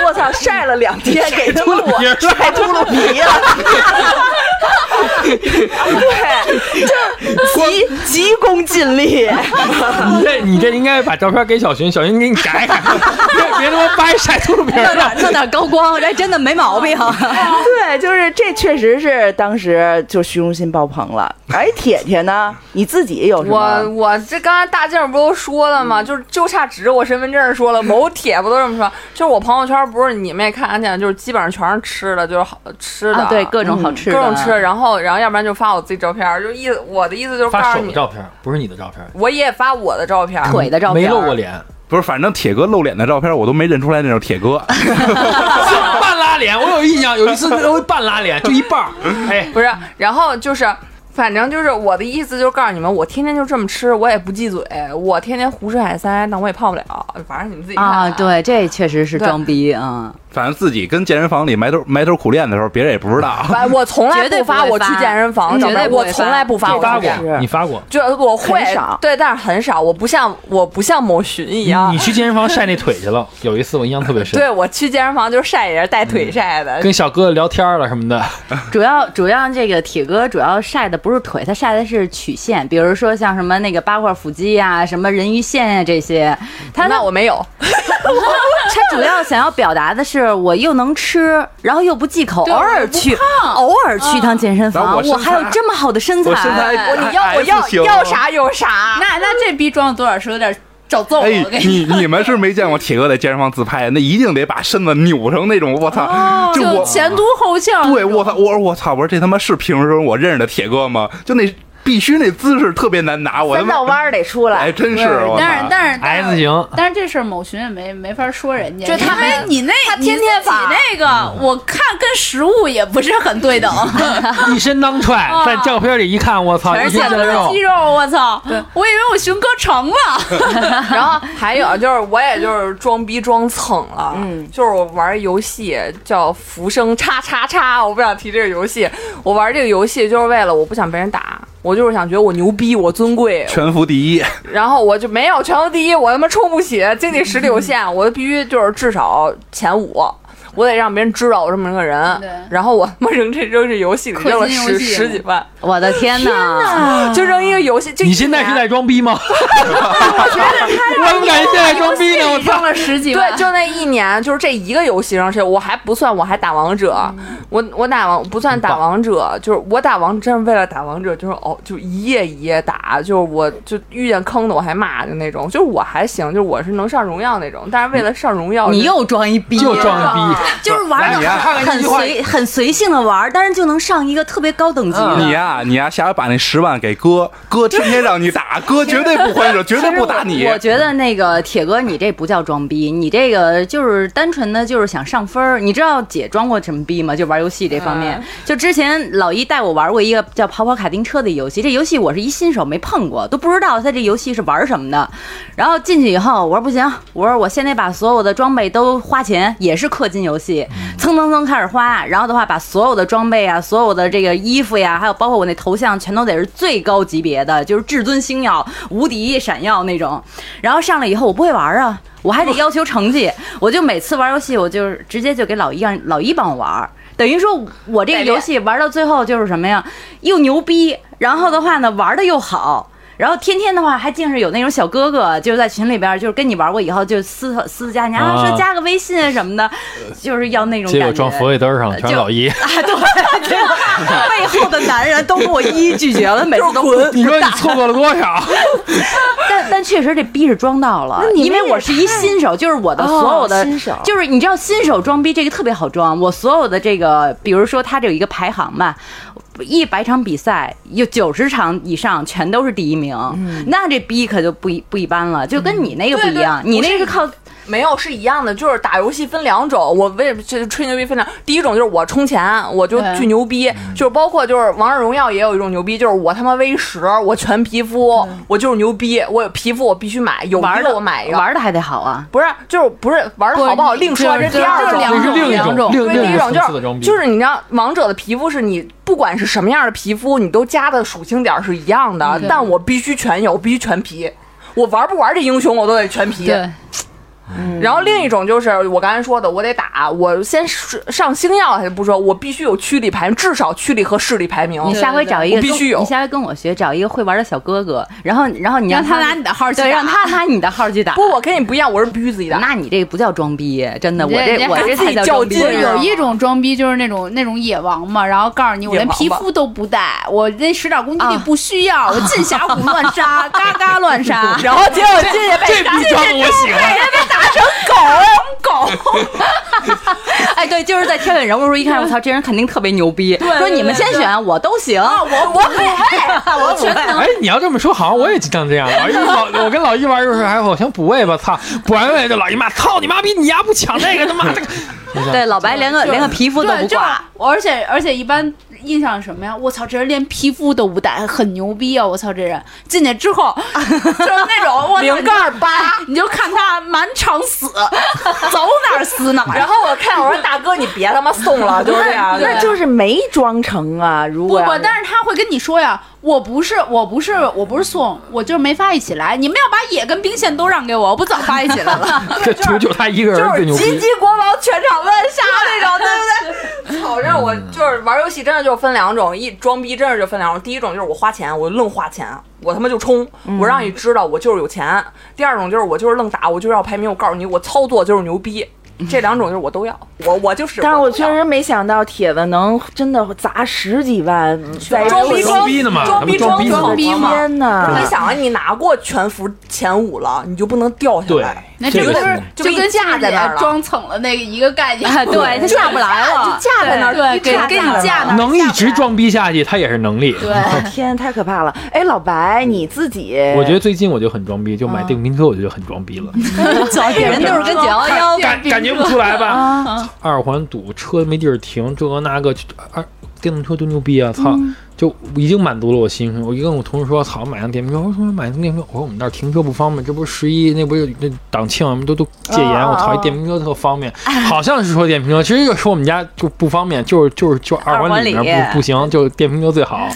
S1: 我操，晒了两天，给他们我晒秃噜皮了。急急功近利，
S6: 你这你这应该把照片给小寻，小寻给你改 (laughs) 改，别别他妈掰晒秃噜皮儿
S4: 弄
S6: 了。
S4: 点弄点高光，这真的没毛病。
S1: 对，就是这确实是当时就虚荣心爆棚了。哎，铁铁呢？你自己有什
S5: 我
S1: 么？
S5: 我这刚才大静儿不都说了
S6: 嗯
S5: 吗？就是就差指着我身份证说了，某铁不都这么说？就是我朋友圈不是你们也看见，就是基本上全是吃的，就是好吃的，
S4: 啊， (laughs) 对，各种好吃的，
S5: 各种吃的。然后然后要不然就发我自己照片儿，就意思我的意思就是告
S6: 发
S5: 诉
S6: 手的
S5: 你，
S6: 照片，不是你的照片，
S5: 我也发我的照片儿。
S4: 腿的照片，
S6: 没露过。脸，
S2: 不是，反正铁哥露脸的照片我都没认出来那是铁哥。
S6: (laughs) 半拉脸，我有印象，有一次都半拉 (laughs) 脸，就一半儿。哎，
S5: 不是，然后就是，反正就是我的意思就是告诉你们，我天天就这么吃，我也不忌嘴，我天天胡吃海塞，那我也胖不了，反正你们自己看
S4: 啊，。对，这确实是装逼啊！
S2: 反正自己跟健身房里埋头埋头苦练的时候，别人也不知道。
S4: (laughs)
S5: 反哎我从来
S4: 绝对
S5: 不发
S4: 不会
S5: 我去
S4: 发
S5: 健身房的
S4: 嗯
S5: 照片
S4: 绝对不
S5: 我
S4: 会
S5: 从
S4: 发
S5: 来不发
S6: 你
S5: 我
S6: 发
S5: 去健身。
S6: 过，你发过。
S5: 就我会
S1: 很少
S5: 对，但是很少，我不像我不像某寻一
S6: 你
S5: 样
S6: 你，去健身房晒那腿去了，有一次我印象特别深，
S5: 对我去健身房就是晒也是带腿晒的，
S6: 嗯跟小哥聊天了什
S5: (laughs)
S6: 么的，
S4: 主要主要这个铁哥主要晒的不是腿，他晒的是曲线，比如说像什么那个八块腹肌啊，什么人鱼线啊这些。他
S5: 那我没有，
S4: (laughs) 他主要想要表达的是，我又能吃，然后又不忌口，
S5: 对
S4: 偶尔去偶尔去一趟健身
S2: 然后
S4: 房，
S2: 嗯我身
S4: 我还有
S2: 材
S4: 这么好的身材，
S2: 我身材
S5: 我你要
S6: 哎
S2: 还
S5: 我要
S2: 还行
S5: 要啥有啥。
S3: 那那这逼装的多少是有点找揍了，
S2: 哎
S3: 我跟，你
S2: 你你们是没见过铁哥在健身房自拍，那一定得把身子扭成那种，我操！
S4: 哦
S2: 就
S3: 就
S2: 我
S3: 前凸后翘。
S2: 对我操，我说我操，我说这他妈是平时我认识的铁哥吗？就那必须那姿势特别难拿，我他
S1: 三道
S2: 妈
S1: 弯儿得出来
S2: 哎，。真是我
S3: 但是
S2: 操！
S3: 但是但
S6: S
S3: 是
S5: (laughs)
S6: 型
S3: 但是这事儿某寻也没没法说人家，
S5: 就他
S3: 因为
S5: 没
S3: 你那
S5: 他天天
S3: 你自己
S5: 发
S3: 那个，我看跟食物也不是很对等，
S6: 一身裆踹，在照片里一看，我操，一
S5: 全是
S6: 身
S5: 腱子
S6: 肌肉
S3: 肌，肉我操，我以为我寻哥成 (laughs) 了，
S5: 然
S3: 啊
S5: 后 (laughs) 还有啊就是，我也就是装逼装蹭了，嗯，就是我玩游戏叫《浮生叉叉叉》，我不想提这个游戏。我玩这个游戏就是为了我不想被人打，我就是想觉得我牛逼，我尊贵，
S3: (laughs)
S2: 全服第一，
S5: 然后我就没有全国第一，我他妈冲不起，经济实力有限，我必须就是至少前五。我得让别人知道我这么一个人
S3: 对，
S5: 然后我他妈扔这扔这游戏里
S3: 氪金
S5: 扔了
S3: 游
S5: 十
S3: 戏啊
S5: 十几万，
S4: 我的天哪！
S5: 就扔一个游戏。就一
S6: 你现在
S5: 年
S6: 是在装逼
S5: (laughs)
S6: 吗？ (laughs) 我怎么感觉现在装逼呢？我操！
S3: 挣了十几万
S5: 对，，就那一年，就是这一个游戏上去，我还不算，我还打王者，
S4: 嗯
S5: 我我打王不算打王者，就是我打王真是为了打王者，就是哦，就一夜一夜打，就是我就遇见坑的我还骂的那种，就是我还行，就是我是能上荣耀那种，但是为了上荣耀，
S4: 你又装一逼，
S6: 就装逼，
S4: 就是玩
S2: 来
S4: 的
S2: 你啊
S6: 看看一
S4: 很
S6: 句话，
S4: 随很随性的玩，但是就能上一个特别高等级的。
S2: 你呀、你呀、下回把那十万给哥，哥天天让你打，哥绝对不还手，绝对不打你
S4: 我。觉得那个铁哥，你这不叫装逼，你这个就是单纯的就是想上分儿。你知道姐装过什么逼吗？就玩游戏这方面。就之前老一带我玩过一个叫跑跑卡丁车的游戏，这游戏我是一新手没碰过，都不知道它这游戏是玩什么的。然后进去以后，我说不行，我说我现在把所有的装备都花钱，也是氪金游戏，蹭蹭蹭开始花。然后的话，把所有的装备啊，所有的这个衣服呀，还有包括我那头像，全都得是最高级别的，就是至尊星耀、无敌闪耀那种。然后上来以后，我不会玩啊，我还得要求成绩。我就每次玩游戏，我就是直接就给老一让老一帮我玩儿，等于说我这个游戏玩到最后就是什么呀，又牛逼，然后的话呢玩的又好。然后天天的话，还竟是有那种小哥哥，就是在群里边，就是跟你玩过以后，就私私加你啊，
S6: 啊
S4: 说加个微信什么的，就是要那种
S6: 结
S4: 感
S6: 果
S4: 觉。
S6: 装佛位灯上了，全是老一。
S4: 啊，对，对 (laughs) 背后的男人都给我一一拒绝了，每次都
S6: (laughs)
S4: 滚
S6: (laughs) 你说你错过了多少？
S4: 但但确实这逼是装到了，因为我是一新手，就是我的所有的，
S1: 哦新手
S4: 就是你知道新手装逼这个特别好装，我所有的这个，比如说它这有一个排行吧。一百场比赛有九十场以上全都是第一名，那这逼可就不一不一般了，就跟你那个不一样，
S5: 对对
S4: 你那个是
S5: 不是
S4: 靠
S5: 没有是一样的，就是打游戏分两种。我为这吹牛逼分两，第一种就是我充钱，我就
S3: 对
S5: 巨牛逼，就是包括就是王者荣耀也有一种牛逼，就是我他妈 V 十，我全皮肤，我就是牛逼，我有皮肤我必须买，有
S4: 玩
S5: 一
S4: 的
S5: 个我买一个。
S4: 玩的还得好啊，
S5: 不是，就是不是玩的好不好另说，这
S3: 就是
S5: 是第二
S3: 就是
S6: 这
S5: 种。
S6: 是另一
S3: 两
S6: 种，
S3: 种
S6: 另
S5: 对，
S6: 另
S5: 第
S6: 一
S5: 一
S6: 种
S5: 种就
S6: 层次的装
S5: 是
S6: 逼，
S5: 就是你知道，王者的皮肤是你不管是什么样的皮肤，你都加的属性点是一样的，但我必须全有，必须全皮。我玩不玩这英雄，我都得全皮。
S3: 对，
S5: 然后另一种就是我刚才说的，我得打，我先上星耀还不说，我必须有区里排，至少区里和市里排名。
S4: 你下回找一个
S5: 我必
S4: 跟
S5: 须有
S4: 你下回跟我学，找一个会玩的小哥哥，然后然后你
S7: 让
S4: 他
S7: 他拿你的号去
S4: 对，
S7: 打
S4: 让他拿你的号去打。
S5: 不，我跟你不一样，我是必须自己打。
S4: 那你这不叫装逼，真的，我
S7: 你这
S4: 这我这才叫装逼
S5: 自己较
S3: 有
S5: 劲。
S3: 一种装逼就是那种那种野王嘛，然后告诉你我
S5: 野
S3: 连
S5: 王吧
S3: 皮肤都不带，我那十点攻击力不需要，我进峡谷乱 (laughs) 杀，嘎嘎乱杀。
S5: 然后结果进去被打，
S2: 逼装的我喜欢。
S4: (laughs) 哎，对，就是在挑选人物的时候，一看我操，这人肯定特别牛逼，
S5: 对
S4: 说你们先选，我都行，
S3: 啊哦
S4: 我我我我全能。
S6: 哎，你要这么说，好像我也经常这样。老一老，我跟老一玩儿的时候还好像补位吧，操，补完位就老一骂，操你妈逼，你丫不抢这个，他妈这个。
S4: 对，老白连个连个皮肤都不
S3: 对，就
S4: 挂，
S3: 而且而且一般印象是什么呀？我操，这人连皮肤都不带，很牛逼啊！我操，这人进去之后就是那种我操
S5: 零杠八，
S3: 你就你就看他满场死，走哪儿死哪儿。
S5: 然后我看我说大哥你别他妈送了，就是这样。
S1: 那就是没装成啊！如
S3: 不
S1: 果
S3: 不
S1: 要，
S3: 但是他会跟你说呀，我不是，我不是，我不是送，我就是没发一起来。你们要把野跟兵线都让给我，我不早发一起来了。
S6: (laughs) 这就就他一个人
S5: 就
S6: 最
S5: 是
S6: 牛
S5: 吉
S6: 逼
S5: 吉。国王全场乱杀那种，对不对？操，让我就是玩游戏，真的就分两种，一装逼真是就分两种。第一种就是我花钱，我愣花钱，我他妈就冲，我让你知道我就是有钱。第二种就是我就是愣打，我就要排名，我告诉你，我操作就是牛逼。这两种就是我都要，我我就是。
S1: 但是我
S5: 都
S1: 确
S5: 要
S1: 实没想到帖子能真的砸十几万，在
S5: 装逼
S6: 装逼呢嘛
S5: 装逼
S6: 咱们装逼呢
S5: 装
S6: 装
S1: 逼
S5: 嘛。
S1: 天呐
S5: 你，想啊，你拿过全服前五了，你就不能掉下
S6: 对
S5: 来，，
S3: 那
S6: 这
S3: 这
S6: 个
S3: 不
S6: 是
S3: 是就
S5: 就给你
S3: 跟
S5: 架
S3: 架
S5: 在
S3: 在
S5: 那儿了
S3: 装蹭了那个一个概念。
S4: 对他下不来了，
S5: 架在那儿
S3: 对，
S5: 一
S3: 给
S5: 插
S3: 给你
S5: 在那儿
S3: 架那儿
S6: 能一直。装逼下去，他也是能力。
S3: 对，
S1: 天太可怕了！哎，老白，你自己，
S6: 我觉得最近我就很装逼，就买电瓶车我就很装逼
S4: (laughs)
S6: 了，
S4: 人都是跟九幺幺
S6: 感感觉不出来吧？二环堵，车没地儿停，这个那个，二电动车多牛逼啊！操，就已经满足了我心声。我一跟我同事说，操，买辆电瓶车，我说买辆电瓶车，我说我们那儿停车不方便，这不是十一那不是那党庆都都戒严，我操，一电瓶车特方便，好像是说电瓶车，其实就说我们家就不方便，就是就是就二环里
S4: 二环
S6: 面
S4: 里
S6: 不不行，就电瓶车最好。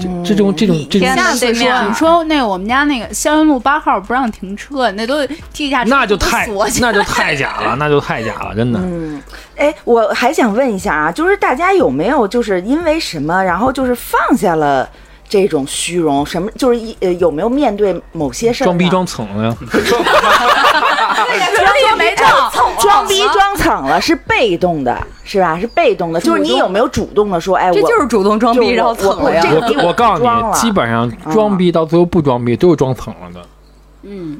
S6: 这这种这种这种
S4: 天
S3: 下
S4: 哪
S3: 次
S4: 对面
S3: 说
S6: 啊
S4: 儿
S3: 你说那个我们家那个肖云路八号不让停车，那都地下车
S6: 那就
S3: 都
S6: 太
S3: 锁起来
S6: 那就太假了，那就太假了，真的。
S1: 哎，我还想问一下啊，就是大家有没有就是因为什么，然后就是放下了这种虚荣，什么就是一呃有没有面对某些事儿呢啊
S6: 装逼装蹭了呀，
S1: (laughs)
S5: 也没照，
S1: 哎装逼装惨了是被动的，是吧？是被动的，就是你有没有主动的说，哎，我
S4: 这就是主动装逼，
S1: 就
S4: 然后
S1: 我
S4: 蹭了呀
S1: 这。个逼
S6: 我我告诉
S1: 装
S6: 你，
S1: 了
S6: 基本上装
S3: 嗯
S6: 逼到最后不装逼，都是装蹭了的，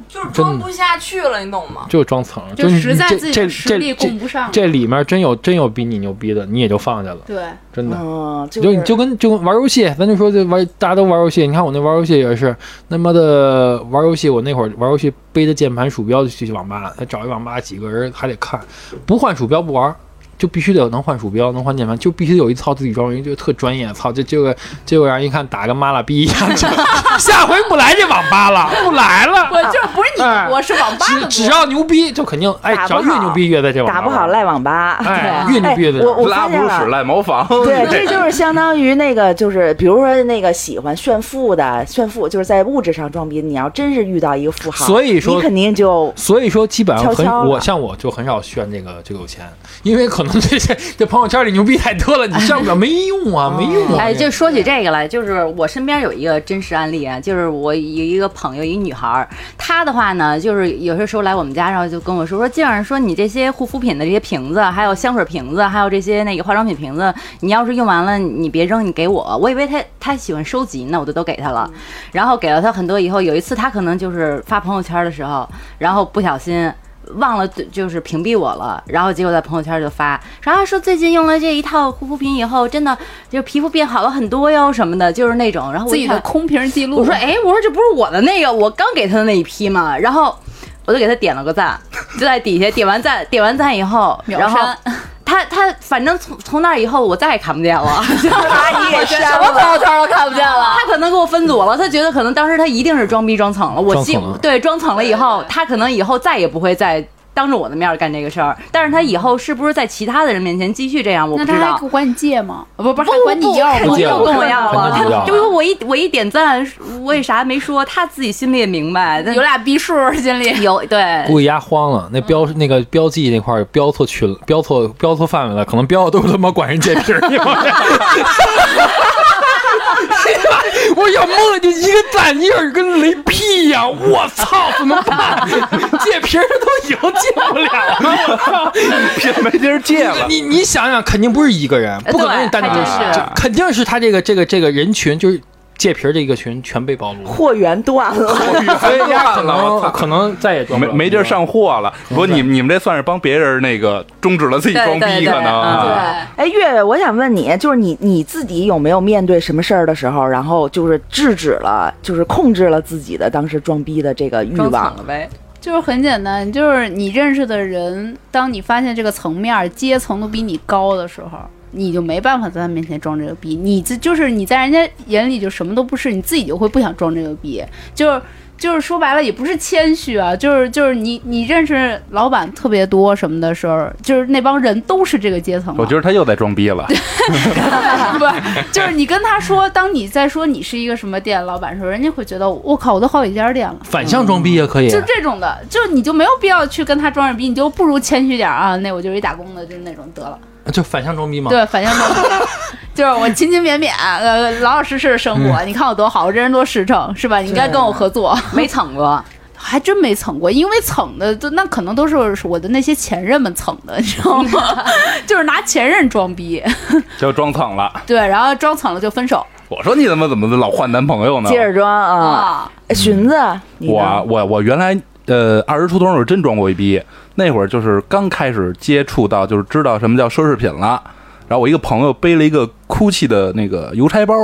S5: 就是装不下去了，你懂吗？
S6: 就是装蹭了。
S3: 就
S6: 真
S3: 实在
S6: 这
S3: 自己
S6: 这
S3: 的实力
S6: 这这
S3: 供不上
S6: 这里面真有真有比你牛逼的，你也就放下了，
S3: 对，
S6: 真的。
S1: 嗯，就
S6: 就是你就跟就跟玩游戏，咱就说这玩，大家都玩游戏。你看我那玩游戏也是，他妈的玩游戏，我那会儿玩游戏背着键盘鼠标就去网吧，还找一网吧几个人还得看，不换鼠标不玩儿，就必须得有能换鼠标，能换键盘，就必须得有一操自己装逼，就特专业。操，这这个这个让人一看打个妈了逼一样，就 (laughs) 下回不来这网吧了，不来了。
S3: 我就不是你
S6: 哎
S3: 多，是网吧的
S6: 只只
S3: 多。
S6: 要牛逼就肯定，哎，
S1: 打
S6: 只
S1: 不好
S6: 要越牛逼越在这网吧
S1: 打不好
S6: 玩儿，
S1: 赖网吧，
S6: 哎，
S1: (laughs) 对
S6: 越牛逼越在这
S1: 我
S6: 网吧玩儿。
S1: 我发
S2: 拉不
S1: 现
S2: 如屎
S1: 了。
S2: 赖茅房。 (laughs)
S1: 对，这就是相当于那个，就是比如说那个喜欢炫富的，炫富就是在物质上装逼。你要真是遇到一个富豪，
S6: 所以说
S1: 你肯定就
S6: 所以说，基本上
S1: 悄
S6: 很
S1: 悄的
S6: 我像我就很少炫这个这个有钱，因为可能这些 (laughs) 这朋友圈里牛逼太多了，你炫不了没用啊，没用啊。
S4: 哎，就说起这个来，就是我身边有一个真实案例啊，就是我有一个朋友，一女孩儿，她的话呢，就是有些时候来我们家，然后就跟我说说，静儿，说你这些护肤品的这些瓶子，还有香水瓶子，还有这些那个化妆品瓶子，你要是用完了，你别扔，你给我。我以为她她喜欢收集呢，我就都给她了。然后给了她很多以后，有一次她可能就是发朋友圈的时候，然后不小心。忘了就就是屏蔽我了，然后结果在朋友圈就发，然后说啊最近用了这一套护肤品以后，真的就是皮肤变好了很多哟什么的，就是那种。然后我
S3: 自
S4: 一
S3: 己的
S4: 看，
S3: 空瓶记录。
S4: 我说哎，我说这不是我的那个，我刚给他的那一批嘛，然后我就给他点了个赞，就在底下点完赞，点完赞以后，
S3: 秒
S4: 然后
S3: 删
S4: 他他反正从从那以后我再也看不见了。
S1: 把你给
S4: 什
S1: 删
S4: 么朋友圈都看不见了。他可能给我分组了，他觉得可能当时他一定是装逼装蹭了，我
S6: 装
S4: 信
S6: 蹭了
S4: 对装蹭了以后，他可能以后再也不会再当着我的面儿干这个事儿，但是他以后是不是在其他的人面前继续这样，我不
S3: 那
S4: 知
S3: 他
S4: 道
S3: 还。管你借吗？啊不不，还管你要
S6: 不
S3: 吗？
S6: 借
S4: 要
S6: 了
S4: 跟我要啊了，
S6: 肯定不要
S4: 他
S6: 了
S4: 就因为 (laughs) 我一我一点赞，我也啥没说，他自己心里也明白。但
S3: 有俩逼数儿心里。
S4: 有对，
S6: 故意压慌了，那标那个标记那块儿标错群了，标错标错范围了，可能标的都是他妈管人借皮儿地方。 (laughs) 我要梦见一个蛋印儿跟雷劈呀、我操，怎么办？ (laughs) 借皮儿都已经借不了了，
S2: 也没地儿借
S6: (laughs)
S2: 了。
S6: 你你想想，肯定不是一个人，不可能你单独
S4: 还真是
S6: 就肯定是他这个这个这个人群就是借皮儿这个群全被暴露了，
S1: 货源断了，
S6: 所以他可
S2: 了我操
S6: 能可能再也装不
S2: 哦没
S6: 了
S2: 没地儿上货了，说你们你们这算是帮别人那个终止了自己装
S4: 对
S2: 逼，
S4: 对
S2: 可能啊
S4: 对
S1: 哎，月月，我想问你，就是你你自己有没有面对什么事儿的时候，然后就是制止了，就是控制了自己的当时装逼的这个欲
S4: 装惨
S1: 望？
S4: 了呗。
S3: 就是很简单，就是你认识的人，当你发现这个层面儿阶层都比你高的时候，你就没办法在他面前装这个逼。你这就是你在人家眼里就什么都不是，你自己就会不想装这个逼。就是就是说白了，也不是谦虚啊，就是就是你你认识老板特别多什么的时候，就是那帮人都是这个阶层嘛。
S2: 我
S3: (laughs)
S2: 觉得他又在装逼了，
S3: 不是，就是你跟他说，当你在说你是一个什么店老板的时候，人家会觉得我靠，我都好几家店了。
S6: 反向装逼也可以，啊
S3: 就这种的，就你就没有必要去跟他装着逼，你就不如谦虚点儿啊。那我就是一打工的，就是那种得了。
S6: 就反向装
S2: 哦
S6: 逼嘛。
S3: 对，反向装逼，就是 (laughs) 我勤勤勉勉，呃，老老实实的生活。你看我多好，我这人多实诚，是吧？你应该跟我合作。
S4: 没蹭过，
S3: 还真没蹭过，因为蹭的就那可能都是我的那些前任们蹭的，你知
S2: (laughs)
S3: 道吗？就是拿前任装逼，
S2: 就装蹭了。
S3: 对，然后装蹭了就分手
S2: 我说你怎么怎么老换男朋友呢？
S1: 接着装
S2: 哦
S1: 啊！
S3: 啊。
S4: 嗯
S1: 哎寻子，你呢
S2: 我我我原来呃二十出头那会儿真装过一逼，那会儿就是刚开始接触到，就是知道什么叫奢侈品了。然后我一个朋友背了一个 GUCCI 的那个邮差包，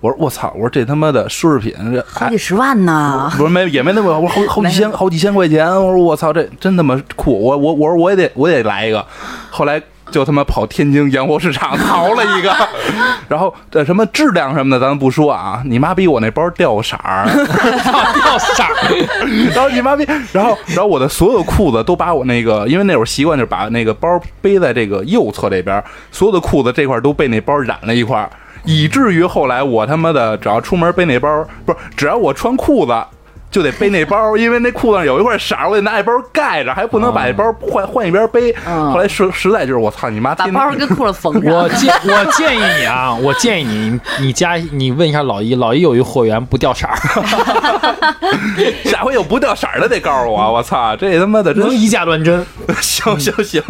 S2: 我说我操，我说这他妈的奢侈品，
S1: (laughs)
S2: 这哎
S4: 好几十万
S2: (laughs)
S4: 呢。
S2: 不是没也没那么，我说好好几千好几千块钱，我说我操，这真他妈酷！我我我说我也得我也来一个，后来就他妈跑天津洋货市场淘了
S1: (laughs)
S2: 一个，然后这什么质量什么的咱不说啊，你妈逼我那包掉色儿，
S6: 掉色儿，
S2: 然后你妈逼， (laughs) 然后然后我的所有裤子都把我那个，因为那会儿习惯就是把那个包背在这个右侧这边，所有的裤子这块都被那包染了一块儿，以至于后来我他妈的只要出门背那包，不是只要我穿裤子。就得背那包，因为那裤子上有一块色儿，我得拿那包盖着，还不能把那包换换一边背。后来实实在就是我操你妈，
S4: 把
S2: 天
S4: 包
S2: 天
S4: 跟裤子缝 (laughs)
S6: 我
S4: 上，
S6: 建我建议你啊，我建议你，你你加你问一下老一，老一有一货源不掉色儿，
S2: 下回有不掉色儿的得告诉我，我操，这他妈的真
S6: (laughs) 能以假乱真。
S2: 行行行，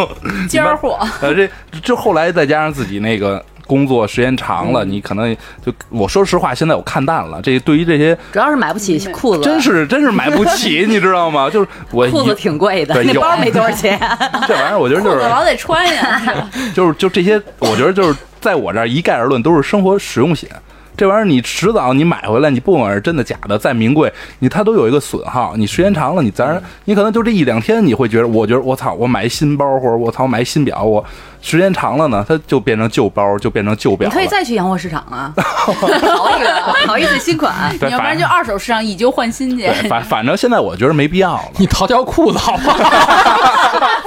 S5: 尖儿货。
S2: 呃，这这后来再加上自己那个工作时间长
S4: 嗯
S2: 了，你可能就我说实话，现在我看淡了。这对于这些
S4: 主要是买不起裤子，
S2: 真是真是买不
S4: (laughs)
S2: 起，你知道吗？就是我
S4: 裤子
S2: 一
S4: 挺贵的，
S2: 对
S4: 那
S2: 有
S4: 包没多少钱。
S2: 这玩意儿，我觉得
S5: 裤
S2: 就
S5: 子
S4: (laughs)
S5: 老
S2: 是
S5: 得穿呀，
S2: 就是就这些，我觉得就是在我这儿一概而论都是生活实用品。这玩意儿你迟早你买回来，你不管是真的假的，再名贵，你它都有一个损耗。你时间长了，你自然
S4: 嗯
S2: 你可能就这一两天，你会觉得，我觉得我操，我买一新包或者我操我买一新表，我时间长了呢，它就变成旧包，就变成旧表了。
S4: 你可以再去洋货市场啊，淘一个，淘一次新款。
S2: 对
S3: 你要不
S2: 反
S3: 然就二手市场以旧换新去。
S2: 对，反反正现在我觉得没必要了。
S6: 你淘条裤子好不好？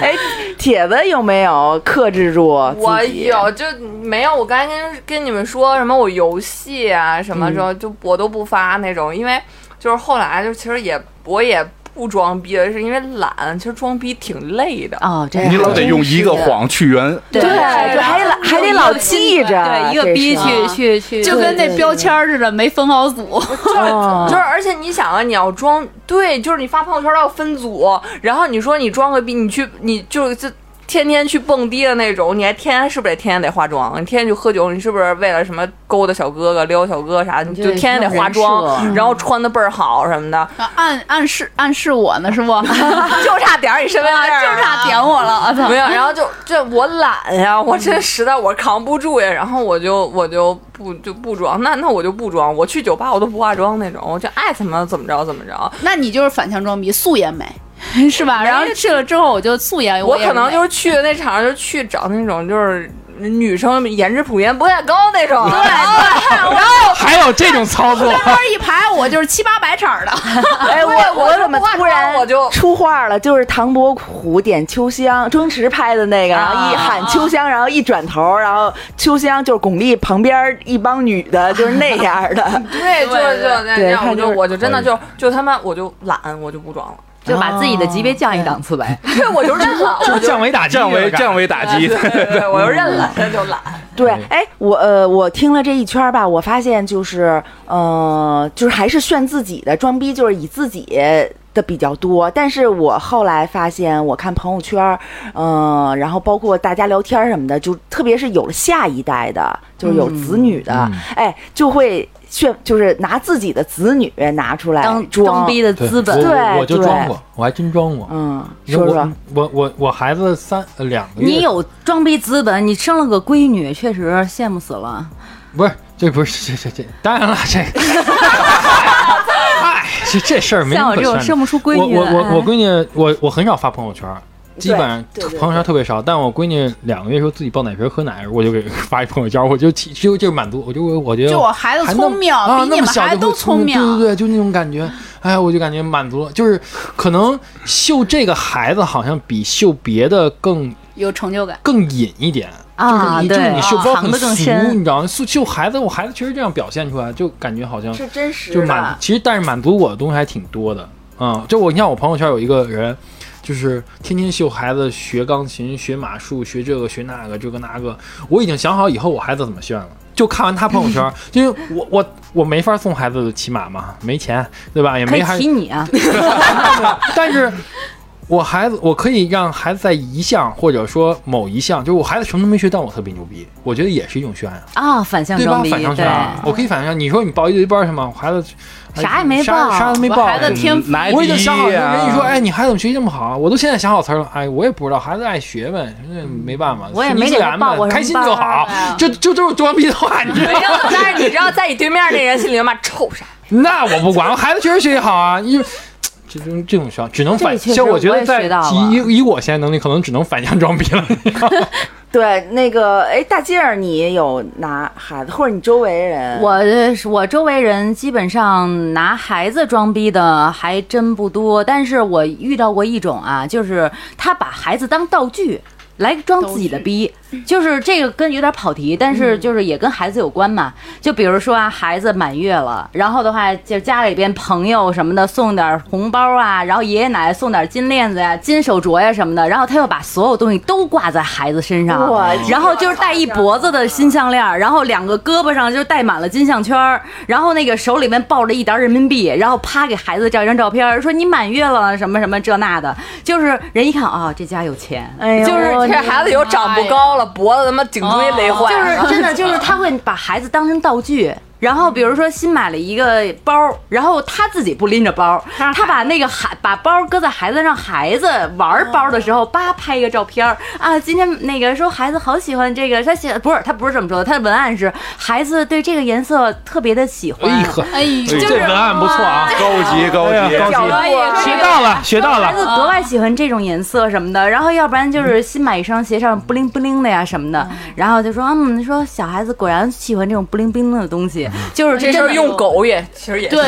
S1: 哎，铁子有没有克制住自己？
S5: 我有就没有。我刚才跟跟你们说什么，我游戏啊什么时
S4: 嗯
S5: 候就我都不发那种，因为就是后来就其实也我也不装逼了，是因为懒，其实装逼挺累的。
S4: 哦，这
S2: 你老得用一个谎去圆，
S4: 对
S1: 对，
S5: 对
S1: 就还老还得老记着，
S4: 对一个逼
S1: 这是
S4: 去去去，
S3: 就跟那标签儿似的，没分好组。
S4: 嗯
S1: 哦
S5: 就是，而且你想啊，你要装对，就是你发朋友圈要分组，然后你说你装个逼，你去，你就是这天天去蹦迪的那种，你还天天是不是得天天得化妆？你天天去喝酒，你是不是为了什么勾搭小哥哥、撩小哥啥的，你就
S4: 对
S5: 天天得化
S4: 弄人嗯
S5: 妆，然后穿的倍儿好什么的，
S3: 啊暗暗示暗示我呢，是
S6: (laughs)
S3: 不？
S5: (laughs) 就差点儿你身份证，
S3: 就差点我了，
S6: (laughs)
S3: 我操！
S5: (laughs) 没有，然后就这我懒呀，我这实在我扛不住呀，然后我就我就不就不装，那那我就不装，我去酒吧我都不化妆那种，我就爱怎么怎么着怎么着，
S3: 那你就是反向装逼，素颜美，是吧？
S5: 没
S6: 哎
S3: 然后去了之后，我就素颜，
S5: 我
S3: 也
S5: 可能
S3: 美
S5: 就是去那场，就去找那种就是女生颜值普遍不太高那种。啊
S3: 对，
S5: (laughs)
S3: 对，然后
S7: 还有这种操作，
S3: 那边一排，我就是七八百色儿的，
S1: (laughs) 哎，我
S5: 我
S1: 我
S5: 就
S1: 怎么
S5: 不化
S1: 突
S5: 妆
S1: 然
S5: 我就
S1: 出画了？就是唐伯虎点秋香，周星驰拍的那个，然
S5: 啊
S1: 后一喊秋香，然后一转头，然后秋香就是巩俐旁边一帮女的，就是那样的。
S5: 对，就是就那
S1: 对
S5: 样，
S1: 他
S5: 我就
S1: 就是嗯
S5: 我就真的就就他妈我就懒，我就不装了。 (laughs)
S4: 就把自己
S6: 哦
S4: 的级别降一档次呗。
S6: 哎
S5: 对，我就认了，
S7: 就是降维打击，
S2: 降维降
S7: 维。
S2: 维打击，
S5: 对对，我就
S1: (laughs)
S5: 认了，那就懒。 (laughs)
S1: 对，哎，我呃，我听了这一圈儿吧，我发现就是，呃，就是还是炫自己的装逼，就是以自己的比较多。但是我后来发现，我看朋友圈儿，嗯、然后包括大家聊天儿什么的，就特别是有了下一代的，就是有子女的，
S4: 嗯
S1: 哎，就会炫，就是拿自己的子女拿出来
S4: 当
S1: 装
S4: 装逼。的资
S6: 我
S4: 本，
S1: 对
S6: 我我就
S1: 对
S6: 装过，我还真装过。
S1: 嗯，
S6: 因
S1: 说
S6: 为
S1: 说
S6: 我，我我我孩子三呃两个月，
S4: 你有装逼资本，你生了个闺女，确实羡慕死了。
S6: 不是这不是这这这当然了这，嗨，这这事儿没
S4: 像我
S6: 什
S4: 这
S6: 么
S4: 种
S6: 可劝
S4: 生
S6: 的。
S4: 不出啊闺
S6: 我
S4: 女
S6: 我
S4: 的，
S6: 我我闺女，我我很少发朋友圈儿，基本上
S1: 对对对
S6: 朋友圈儿特别少。但我闺女两个月时候自己抱奶瓶儿喝奶，我就给 (laughs) 发一朋友圈儿，我就其就就满足，我就我觉得
S3: 就我孩子
S6: 还
S3: 聪明，
S6: 那么啊
S3: 比
S6: 那
S3: 你
S6: 么
S3: 们
S6: 小
S3: 孩
S6: 就
S3: 子都
S6: 会聪
S3: 聪
S6: 明，
S3: 明。
S6: 对对对，就那种感觉，哎，我就感觉满足了。就是可能秀这个孩子好像比秀别的更
S3: 有成就感。
S6: 更隐一点。
S4: 啊，
S6: 就是你就是
S4: 对，
S6: 你秀包
S4: 藏
S6: 很
S4: 得更
S6: 俗，
S4: 深
S6: 你。知道吗？秀秀孩子，我孩子确实这样表现出来，就感觉好像
S1: 是真实
S6: 就
S1: 的
S6: 满，其实但是满足我的东西还挺多的，嗯，就我你看我朋友圈有一个人，就是天天秀孩子学钢琴、学马术、学这个学那个这个那个，我已经想好以后我孩子怎么炫了。就看完他朋
S4: (laughs)
S6: 友圈，因为我我我没法送孩子骑马嘛，没钱，对吧？也
S4: 可
S6: 没
S4: 以
S6: 孩
S4: 提你啊，
S6: (laughs) 但是我孩子，我可以让孩子在一项或者说某一项，就是我孩子什么都没学，但我特别牛逼，我觉得也是一种炫啊，
S4: 啊，反向
S6: 对吧
S4: 装？逼，
S6: 反向炫啊，
S4: 对，
S6: 我可以反向。你说你报一对班什么？我孩子
S4: 啥也没
S6: 啥
S4: 报
S6: 啥都没
S3: 我
S6: 报，
S3: 孩子天赋，
S2: 拿
S6: 我已经想好
S2: 第一
S6: 了，
S2: 啊
S6: 人一说，哎，你孩子怎么学习这么好啊？我都现在想好词儿了，哎，我也不知道，孩子爱学呗，那没办法，
S4: 我也
S6: 顺其
S4: 没
S6: 自
S4: 给他
S6: 然
S4: 报过
S6: 呗，
S4: 什么
S6: 开心就
S4: 班儿啊
S6: 好，这这都是装逼的话，你知道吗？
S5: 哎但是你知道，在你对面那人心里骂臭啥？
S6: (laughs) 那我不管，我孩子确实学习好啊，因为。这种这种学校只能反，
S4: 这确实
S6: 像我觉
S4: 我
S6: 得
S4: 也
S6: 在
S4: 学到了
S6: 以以我现在能力，可能只能反向装逼
S4: (laughs)
S6: 了。
S1: 对那个，哎，大静儿，你有拿孩子，或者你周围人，
S4: 我我周围人基本上拿孩子装逼的还真不多，但是我遇到过一种啊，就是他把孩子当道具。来装自己的逼，就是这个跟有点跑题，但是就是也跟孩子有关嘛。就比如说啊，孩子满月了，然后的话，就家里边朋友什么的送点红包啊，然后爷爷奶奶送点金链子呀、金手镯呀、什么的，然后他又把所有东西都挂在孩子身上，
S1: 哇
S4: 然后就是戴一脖子的金项链儿，然后两个胳膊上就戴满了金项圈儿，然后那个手里面抱着一沓人民币，然后啪给孩子照一张照片儿，说你满月了什么什么这那的，就是人一看啊、这家有钱，
S1: 哎呦
S4: 就是
S5: 这孩子以后长不高了，脖子他妈颈椎累坏
S4: 就
S5: 了。
S4: 是真的，就是他会把孩子当成道具。然后比如说新买了一个包，然后他自己不拎着包，他把那个孩把包搁在孩子让孩子
S5: 哦
S4: 玩包的时候，叭拍一个照片儿啊，今天那个说孩子好喜欢这个，他写不是他不是这么说的，他的文案是孩子对这个颜色特别的喜欢。
S6: 哎 (laughs) 呵，
S3: 哎呦，
S6: 这文案不错啊，
S2: (laughs) 高级哎高级，
S6: 高级，学到了，学到
S4: 孩
S6: 了。
S4: 子格外喜欢这种颜色什么的，然后要不然
S6: 嗯
S4: 就是新买一双鞋上布灵布灵的呀什么的，然后就说嗯，说小孩子果然喜欢这种布灵布灵的东
S6: 嗯
S4: 西，就是
S5: 这
S4: 真
S5: 事
S4: 的
S5: 儿用狗也其实也
S3: 对，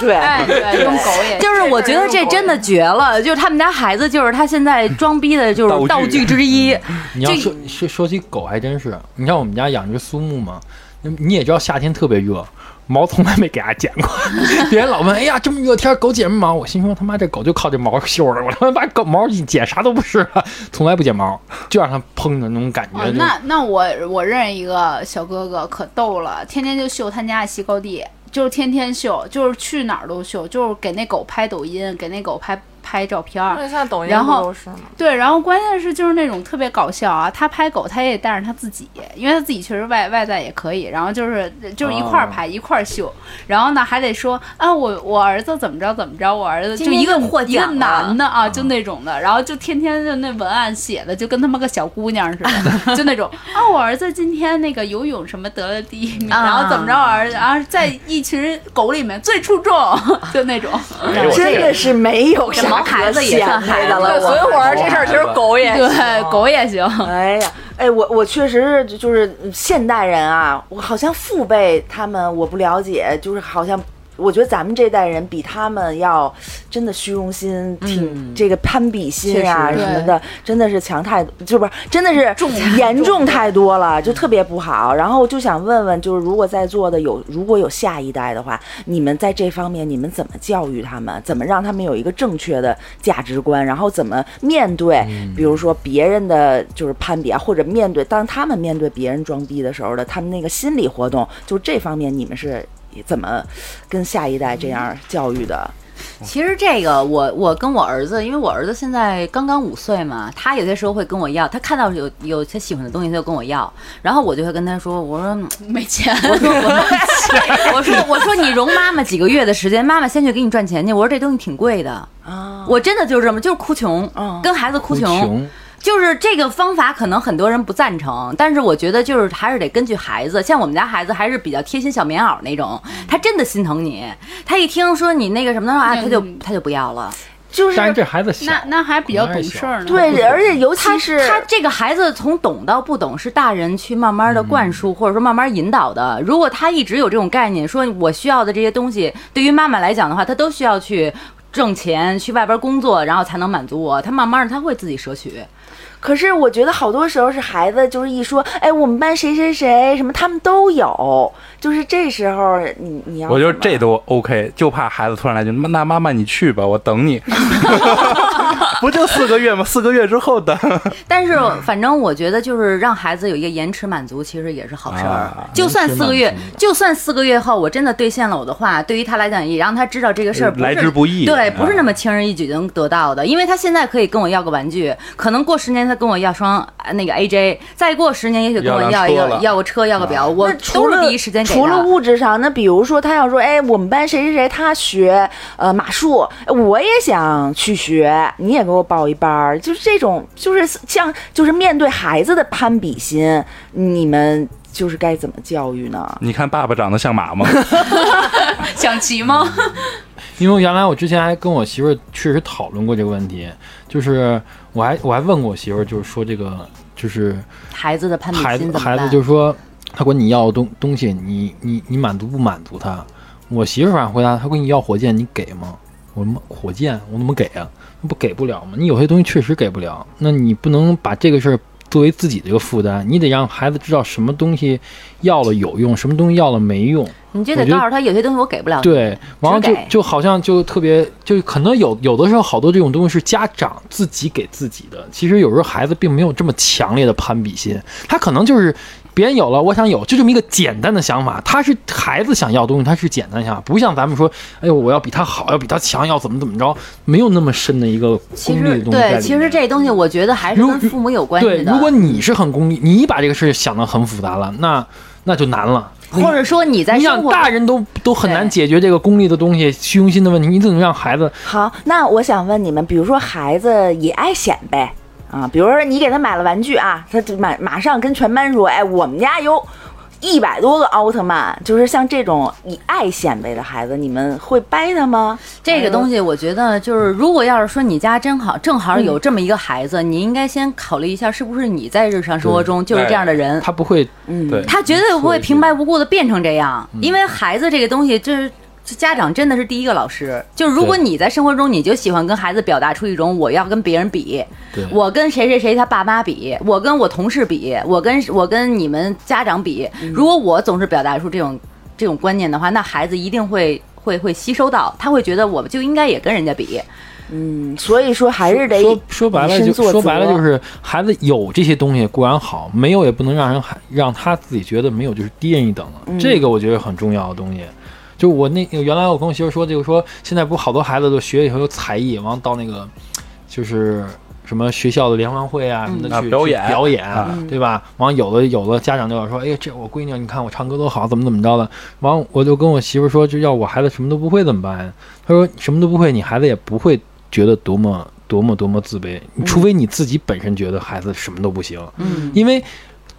S1: 对，
S3: 哎
S6: (laughs)
S3: 对，用狗也
S4: 就是我觉得这真的绝了，就是他们家孩子，就是他现在装逼的，就是
S2: 道
S4: 道
S2: 具
S4: 具之一。
S6: 你要
S4: 这
S6: 说说说起狗还真是，你看我们家养只苏木嘛，那你也知道夏天特别热，毛从来没给它剪过。 (laughs) 别人老问，哎呀，这么热天狗剪什么毛？我心说他妈这狗就靠这毛秀的，我他妈把狗毛一剪啥都不是了，从来不剪毛，就让它碰着那种感觉
S3: 哦，
S6: 就。
S3: 那那我我认识一个小哥哥，可逗了，天天就秀他家的西高地，就是天天秀，就是去哪儿都秀，就是给那狗拍抖音，给那狗拍拍照片
S6: 哎
S3: 儿。
S5: 那像抖音
S3: 然
S5: 不
S3: 后
S5: 都是吗？
S3: 对，然后关键是就是那种特别搞笑啊，他拍狗他也带上他自己，因为他自己确实外外在也可以，然后就是就是一块儿拍、一块儿秀，然后呢还得说啊我我儿子怎么着怎么着，我儿子
S4: 今
S3: 就
S4: 天
S3: 一个
S4: 又获
S3: 一个
S4: 奖了
S3: 男的啊，就那种的，然后就天天就那文案写的就跟他妈个小姑娘似 (laughs) 的，就那种啊我儿子今天那个游泳什么得了第一名，然后怎么着我儿子啊在一群狗里面最出众， (laughs) 就那种。
S2: 哎呦我
S1: 真的是没有
S4: 这
S1: 啥
S4: 毛
S1: 可
S4: 孩子也
S1: 显
S4: 算
S1: 摆
S4: 孩子
S1: 的
S4: 了
S1: 了，
S5: 对，所以
S1: 我
S5: 我说这事儿其实狗也
S3: 对，狗也行。
S1: 哎呀，哎，哎，我我确实是就就是现代人啊，我好像父辈他们我不了解，就是好像我觉得咱们这代人比他们要真的虚荣心挺、这个攀比心啊
S4: 确
S1: 什
S3: 实
S1: 么的，真的是强太就不是真的是 (laughs) 严重太多了，就特别不好。然后就想问问，就是如果在座的有如果有下一代的话，你们在这方面你们怎么教育他们？怎么让他们有一个正确的价值观？然后怎么面对，比如说别人的就是攀比啊，或者面对当他们面对别人装逼的时候的他们那个心理活动，就这方面你们是怎么跟下一代这样教育的？
S4: 其实这个我我跟我儿子，因为我儿子现在刚刚五岁嘛，他有些时候会跟我要，他看到有有他喜欢的东西，他就跟我要，然后我就会跟他说，我说 (laughs) 嗯
S3: 没钱，
S4: 我说我我说我说你容妈妈几个月的时间，妈妈先去给你赚钱去，我说这东西挺贵的，
S1: 啊，
S4: 我真的就是这么，就是哭穷
S1: 嗯，
S4: 跟孩子哭穷。
S7: 穷，
S4: 就是这个方法，可能很多人不赞成，但是我觉得就是还是得根据孩子。像我们家孩子还是比较贴心小棉袄那种，他真的心疼你。他一听说你那个什么的话，啊他就
S3: 嗯
S4: 他就不要了。
S1: 就是
S6: 但是这孩子小，
S3: 那那还比较懂事儿呢。
S1: 对，而且尤其是
S4: 他这个孩子从懂到不懂，是大人去慢慢的灌输，或者说慢慢引导的。如果他一直有这种概念，说我需要的这些东西，对于妈妈来讲的话，她都需要去。挣钱去外边工作，然后才能满足我。他慢慢的他会自己舍取，
S1: 可是我觉得好多时候是孩子，就是一说，哎，我们班谁谁谁什么，他们都有，就是这时候你你要
S2: 我觉得
S1: 怎
S2: 这
S1: 么
S2: 都 OK，就怕孩子突然来句：“那妈妈你去吧，我等你。”不就四个月吗？四个月之后等。
S4: 但是
S6: 嗯
S4: 反正我觉得就是让孩子有一个延迟满足，其实也是好事儿
S2: 啊。
S4: 就算四个
S6: 延
S4: 月
S6: 迟满，
S4: 就算四个月后我真的兑现了我的话，对于他来讲也让他知道这个事儿不是
S2: 来之不易
S4: 对，
S2: 啊
S4: 不是那么轻而易举能得到的。因为他现在可以跟我要个玩具，可能过十年他跟我要双呃那个 AJ，再过十年也许跟我
S2: 要辆
S4: 要
S2: 车
S4: 要
S2: 了
S4: 要个车要个表，我
S1: 那除
S4: 都是
S1: 了
S4: 第一时间给
S1: 除了
S4: 他。
S1: 物质上，那比如说他要说，哎，我们班谁谁谁他学呃马术，我也想去学，你也给我报一班儿，就是这种，就是像就是面对孩子的攀比心，你们就是该怎么教育呢？
S2: 你看爸爸长得像马吗？
S3: 想骑吗？
S6: 嗯因为原来我之前还跟我媳妇儿确实讨论过这个问题，就是我还我还问过我媳妇儿，就是说这个就是
S4: 孩子的攀比
S6: 孩
S4: 心
S6: 子
S4: 怎么
S6: 孩子
S4: 办？
S6: 就是说他管你要东东西，你你你满足不满足他？我媳妇儿反回答，他管你要火箭，你给吗？我说火箭我怎么给啊？那不给不了吗？你有些东西确实给不了，那你不能把这个事儿作为自己的一个负担，你得让孩子知道什么东西要了有用，什么东西要了没用。
S4: 你就
S6: 我
S4: 得
S6: 觉得
S4: 告诉他，有些东西我给不了你。
S6: 对，然后
S4: 只
S6: 就
S4: 啊给
S6: 就好像就特别，就可能有有的时候好多这种东西是家长自己给自己的。其实有时候孩子并没有这么强烈的攀比心，他可能就是别人有了，我想有，就这么一个简单的想法。他是孩子想要东西，他是简单想法，不像咱们说，哎呦，我要比他好，要比他强，要怎么怎么着，没有那么深的一个
S4: 其
S6: 功利
S4: 实
S6: 的东西在里
S4: 对，
S6: 面。
S4: 其实这东西我觉得还是
S6: 如
S4: 跟父母有关系的。
S6: 对，如果你是很功利，你把这个事想得很复杂了，那那就难了。
S4: 或者说你在
S6: 你想
S4: 生活
S6: 大人都都很难解决这个功利的东西、虚荣心的问题，你怎么让孩子？
S1: 好，那我想问你们，比如说孩子也爱显摆啊，比如说你给他买了玩具啊，他就马马上跟全班说，哎，我们家有一百多个奥特曼，就是像这种以爱显摆的孩子，你们会掰他吗？
S4: 这个东西，我觉得就是，如果要是说你家真好，正好有这么一个孩子，你应该先考虑一下，是不是你在日常生活中就是这样的人。
S6: 他不会，
S2: 对，
S4: 他绝对不会平白无故的变成这样，因为孩子这个东西，就是家长真的是第一个老师。就是如果
S6: 对
S4: 你在生活中，你就喜欢跟孩子表达出一种我要跟别人比
S6: 对，
S4: 我跟谁谁谁他爸妈比，我跟我同事比，我跟我跟你们家长比。如果我总是表达出这种这种观念的话，那孩子一定会会会吸收到，他会觉得我就应该也跟人家比。
S1: 嗯，所以说还是得
S6: 说说白了
S1: 以身
S6: 就
S1: 作则啊
S6: 说白了就是孩子有这些东西固然好，没有也不能让人孩让他自己觉得没有就是低人一等了。
S1: 嗯
S6: 这个我觉得很重要的东西。就我那原来我跟我媳妇说，就是说现在不是好多孩子都学以后有才艺，完了到那个就是什么学校的联欢会啊什么的
S2: 啊
S6: 去、
S2: 表演
S6: 去表演，
S2: 啊
S6: 对吧？完有的有的家长就要说，哎呀，这我闺女，你看我唱歌多好，怎么怎么着的。完我就跟我媳妇说，就要我孩子什么都不会怎么办呀？她说什么都不会，你孩子也不会觉得多么多么多么自卑，除非你自己本身觉得孩子什么都不行，
S4: 嗯，
S6: 因为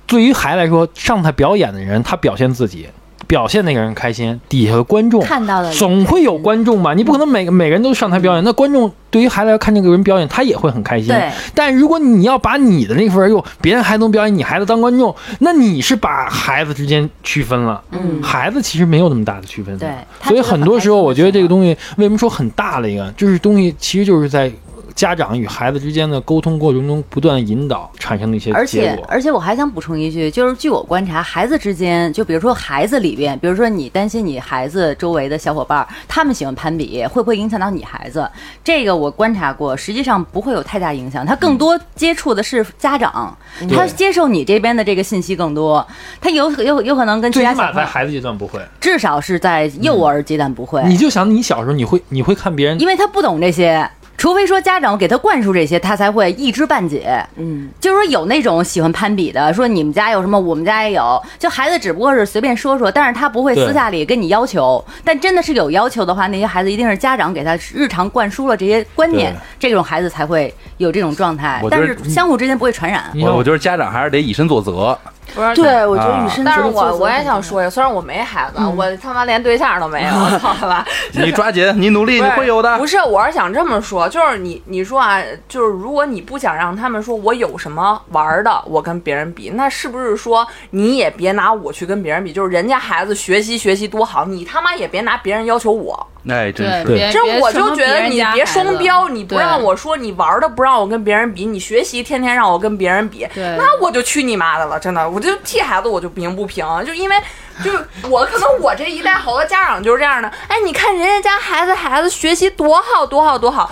S6: 对于孩子来说，上台表演的人他表现自己。表现那个人开心，底下的观众
S3: 看到了
S6: 总会有观众吧？你不可能每个每个人都上台表演，那观众对于孩子来看这个人表演，他也会很开心。
S4: 对，
S6: 但如果你要把你的那份儿用别人还能表演，你孩子当观众，那你是把孩子之间区分了。
S4: 嗯
S6: 孩子其实没有那么大的区分的。
S4: 对他
S6: 所以
S4: 觉得
S6: 很
S4: 很
S6: 多
S4: 开
S6: 时候
S4: 心
S6: 我
S4: 就行
S6: 觉得这个
S4: 了
S6: 东西为什么说很大的一个，就是东西其实就是在家长与孩子之间的沟通过程中不断引导产生的一些
S4: 而
S6: 结
S4: 且
S6: 果。
S4: 而且我还想补充一句，就是据我观察，孩子之间，就比如说孩子里边，比如说你担心你孩子周围的小伙伴儿，他们喜欢攀比，会不会影响到你孩子？这个我观察过，实际上不会有太大影响。他
S6: 嗯
S4: 更多接触的是家长，他接受你这边的这个信息更多，他有有有可能跟其
S6: 最
S4: 他
S6: 起
S4: 小
S6: 码
S4: 朋
S6: 在
S4: 友，
S6: 孩子阶段不会，
S4: 至少是在幼儿阶段不会，
S6: 嗯你就想你小时候你会你会看别人
S4: 因为他不懂这些。除非说家长给他灌输这些，他才会一知半解。
S1: 嗯，
S4: 就是说有那种喜欢攀比的，说你们家有什么，我们家也有。就孩子只不过是随便说说，但是他不会
S6: 对
S4: 私下里跟你要求。但真的是有要求的话，那些孩子一定是家长给他日常灌输了这些观念，这种孩子才会有这种状态
S2: 我。觉
S4: 但
S2: 得
S4: 是相互之间不会传染。
S6: 你
S2: 我
S6: 要
S2: 我觉得家长还是得以身作则，
S5: 不是，
S1: 对，我觉
S6: 啊
S1: 得与身
S5: 但是
S1: 作则
S5: 我我也
S1: 很
S5: 想
S1: 重要
S5: 说一下，虽然我没孩子，我他妈连对象都没有，我操他妈！
S2: 你抓紧，你努力，你
S5: 不是
S2: 会有的
S5: 不。是，我是想这么说，就是你你说啊，就是如果你不想让他们说我有什么玩儿的，我跟别人比，那是不是说你也别拿我去跟别人比？就是人家孩子学习学习多好，你他妈也别拿别人要求我。
S2: 哎，真
S3: 对，
S2: 是。
S3: 别
S5: 这
S3: 别
S5: 我
S3: 什么
S5: 就觉得
S3: 人
S5: 你
S3: 家
S5: 别
S3: 孩
S5: 双
S3: 子
S5: 标，你不
S3: 对
S5: 让我说你玩儿的不让我跟别人比，你学习天天让我跟别人比，
S3: 对
S5: 那我就去你妈的了，真的，我就替孩子我就鸣不平，就因为就是我可能我这一代好多家长就是这样的，哎，你看人家家孩子孩子学习多好多好多好，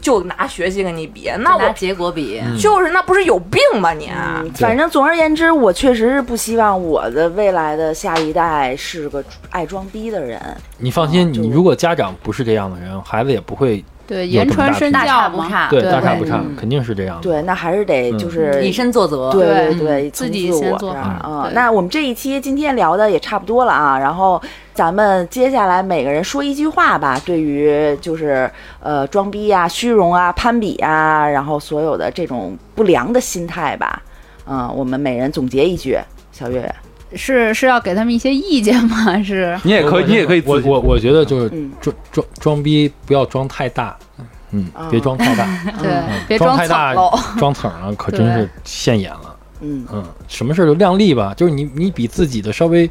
S5: 就拿学习跟你比，
S4: 拿
S5: 那我
S4: 结果比，
S5: 就是那不是有病吗你？啊
S1: 嗯反正总而言之，我确实是不希望我的未来的下一代是个爱装逼的人。
S6: 你放心，你如果家长不是这样的人，孩子也不会
S3: 对
S6: 有
S3: 言
S6: 这么
S3: 传
S6: 大
S3: 身
S6: 区别
S4: 大差
S3: 教
S4: 不
S3: 嘛，
S4: 差，
S6: 对
S3: 啊对
S6: 大差不差
S4: 嗯，
S6: 肯定是这样的。
S1: 对，那还是得
S6: 嗯
S1: 就是
S4: 以身作则。
S1: 对对
S3: 对
S1: 对，
S3: 嗯自
S1: 从
S3: 己
S1: 自
S3: 先
S1: 我
S3: 做
S1: 这
S3: 好
S1: 样啊
S3: 对。
S1: 那我们这一期今天聊的也差不多了啊，然后咱们接下来每个人说一句话吧，对于就是呃装逼啊、虚荣啊、攀比啊，然后所有的这种不良的心态吧，嗯，我们每人总结一句。小月月，
S3: 是是要给他们一些意见吗？是
S2: 你也可以，你也可以
S6: 我
S2: 自己
S6: 我我觉得就是
S1: 嗯
S6: 装装装逼，不要装太大，嗯，别装太大，嗯
S3: 对，别
S6: 装
S3: 装
S6: 太
S3: 丑
S6: 大
S3: 陋。
S6: 装梗了可真是现眼了。
S1: 嗯，
S6: 嗯，什么事儿都量力吧，就是你你比自己的稍微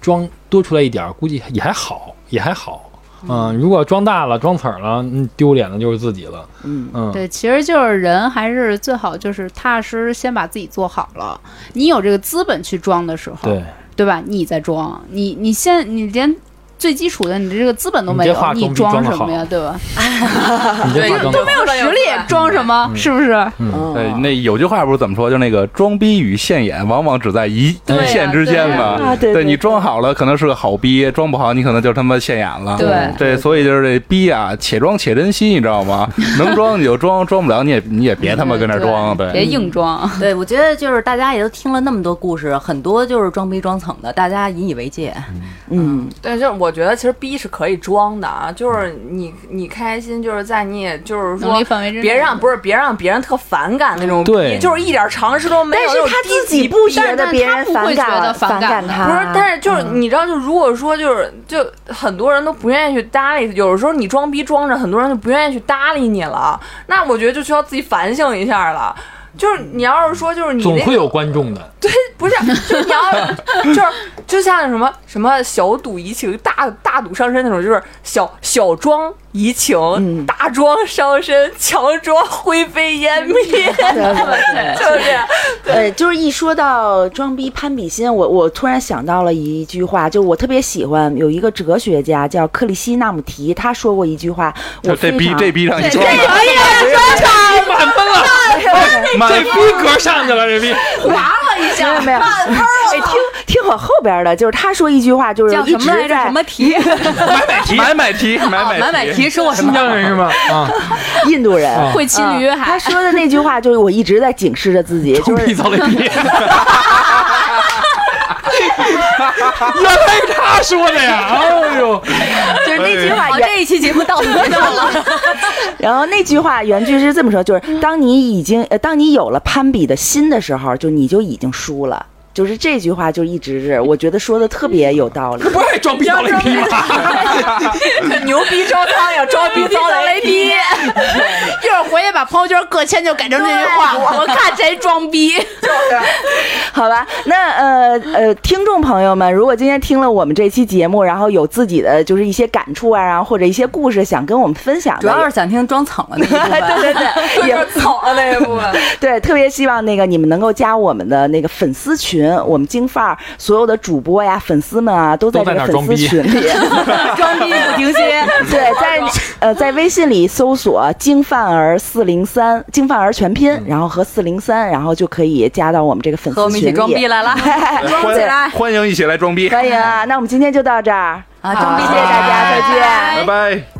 S6: 装多出来一点儿，估计也还好，也还好。嗯，如果装大了、装词儿了，嗯，丢脸的就是自己了。
S1: 嗯
S6: 嗯，
S3: 对，其实就是人还是最好就是踏实，先把自己做好了。你有这个资本去装的时候，
S6: 对，
S3: 对吧？你在装，你你现你连最基础的你这个资本都
S6: 你
S3: 没
S6: 这
S3: 有
S6: 话，
S3: 你
S6: 装逼
S3: 装
S6: 装得
S3: 什么
S6: 好
S3: 呀？对吧？
S6: 你这话装的
S5: 没有
S3: 实力装什么？
S6: 嗯
S3: 是不是？
S6: 哦
S2: 哎
S1: 嗯，
S2: 那有句话不是怎么说？就那个装逼与现眼，往往只在一
S3: 对呀
S2: 一线之间嘛。
S1: 对呀啊对对
S2: 你装好了可能是个好逼，装不好你可能就他妈现眼了。嗯
S3: 对
S2: 对，所以就是这逼啊，且装且珍惜，你知道吗？能装你就装，装不了你也你也别他妈跟那儿装。对，
S3: 别硬装。
S4: 对，我觉得就是大家也都听了那么多故事，很多就是装逼装蹭的，大家引以为戒。
S1: 嗯，
S5: 对，就是我觉得其实逼是可以装的啊，就是你你开心，就是在你也就是
S3: 能
S5: 说
S3: 力范围之内
S5: 别让不是别让别人特反感那种
S6: 对
S5: 逼，就是一点常识都没
S1: 但
S5: 有。
S1: 是
S5: 那种
S1: 他
S5: 低
S1: 自己
S5: 级
S1: 不啊觉
S3: 但
S1: 得
S3: 是
S1: 别
S3: 他
S1: 人
S3: 不
S1: 反
S3: 会觉
S1: 感
S3: 得反
S1: 感
S3: 感的
S1: 他，
S5: 不是，但是就是
S1: 嗯
S5: 你知道，就如果说就是就很多人都不愿意去搭理，有的时候你装逼装着，很多人就不愿意去搭理你了。那我觉得就需要自己反省一下了。就是你要是说就是你
S6: 总
S5: 那
S6: 会
S5: 种
S6: 有观众的。
S5: (laughs) 不是，就是你要就是就像什么什么小赌怡情，大大赌伤身那种，就是小小装怡情，大装伤身，强装灰飞烟 (laughs) 灭， (laughs) 就是这样。
S4: (laughs)
S1: 呃，就是一说到装逼攀比心，我我突然想到了一句话，就是我特别喜欢有一个哲学家叫克里希纳姆提，他说过一句话，我
S2: 就这
S1: 非
S2: 逼
S1: 常
S2: 这逼让你装，
S6: 满分了，
S4: 哎
S2: 满
S6: 这逼格上去了，这逼。
S1: (laughs) 没有没有，哎，听听我后边的，就是他说一句话，就是
S4: 叫
S1: 一
S4: 什么来
S1: 直
S4: 着？
S1: 在
S4: 什么题？
S2: 买买提，买买提，买
S3: 哦
S4: 满
S2: 买
S4: 满
S2: 提。
S4: 题说我什
S6: 新
S4: 么？
S6: 疆人是吗？啊，
S1: 印度
S4: (laughs)
S1: 人。
S6: 啊
S3: 会骑
S1: 啊
S3: 驴约
S1: 他
S3: 海，
S1: 说的那句话就是我一直在警示着自
S2: (laughs)
S1: 己，
S6: 臭
S1: 就是
S6: 屁遭雷劈。原来他说的呀！哎呦，
S4: 就是那句话。 (laughs)
S1: 哎
S4: 这一期节目到此结束 (laughs) 了。
S1: 然后那句话原句是这么说，就是当你已经呃，当你有了攀比的心的时候，就你就已经输了。就是这句话就一直是我觉得说的特别有道理。
S2: 不是装逼了一批吗？
S5: 牛逼招苍 (laughs) 蝇，招逼遭雷劈。
S3: (laughs) 一会儿回去把朋友圈各签就改成这句话，我看谁装逼。
S1: (laughs) 好吧，那呃呃，听众朋友们，如果今天听了我们这期节目，然后有自己的就是一些感触啊，然后或者一些故事想跟我们分享的，
S4: 主要是想听装惨了那一部分。
S1: 对对对，也
S5: 就是草的那一部分，
S1: 对，特别希望那个你们能够加我们的那个粉丝群，我们京范儿所有的主播呀、粉丝们啊，都在
S6: 都
S1: 这
S6: 在
S1: 个
S6: 那儿
S1: 粉丝群里。
S4: (laughs) 装逼不停歇。 (laughs)
S1: 对，在呃在微信里搜索“京范儿四零三”，京范儿全拼，然后和四零三，然后就可以加到我们这个粉
S4: 嗯和我
S1: 丝
S4: 们一
S1: 群里。
S4: 起装逼来
S3: (laughs)
S4: 了，装起
S2: 欢
S4: 来
S2: 欢迎一起来装逼，
S1: 欢迎啊！那我们今天就到这儿，好
S4: 啊！装逼
S1: 谢谢大家，再见。
S2: 拜拜。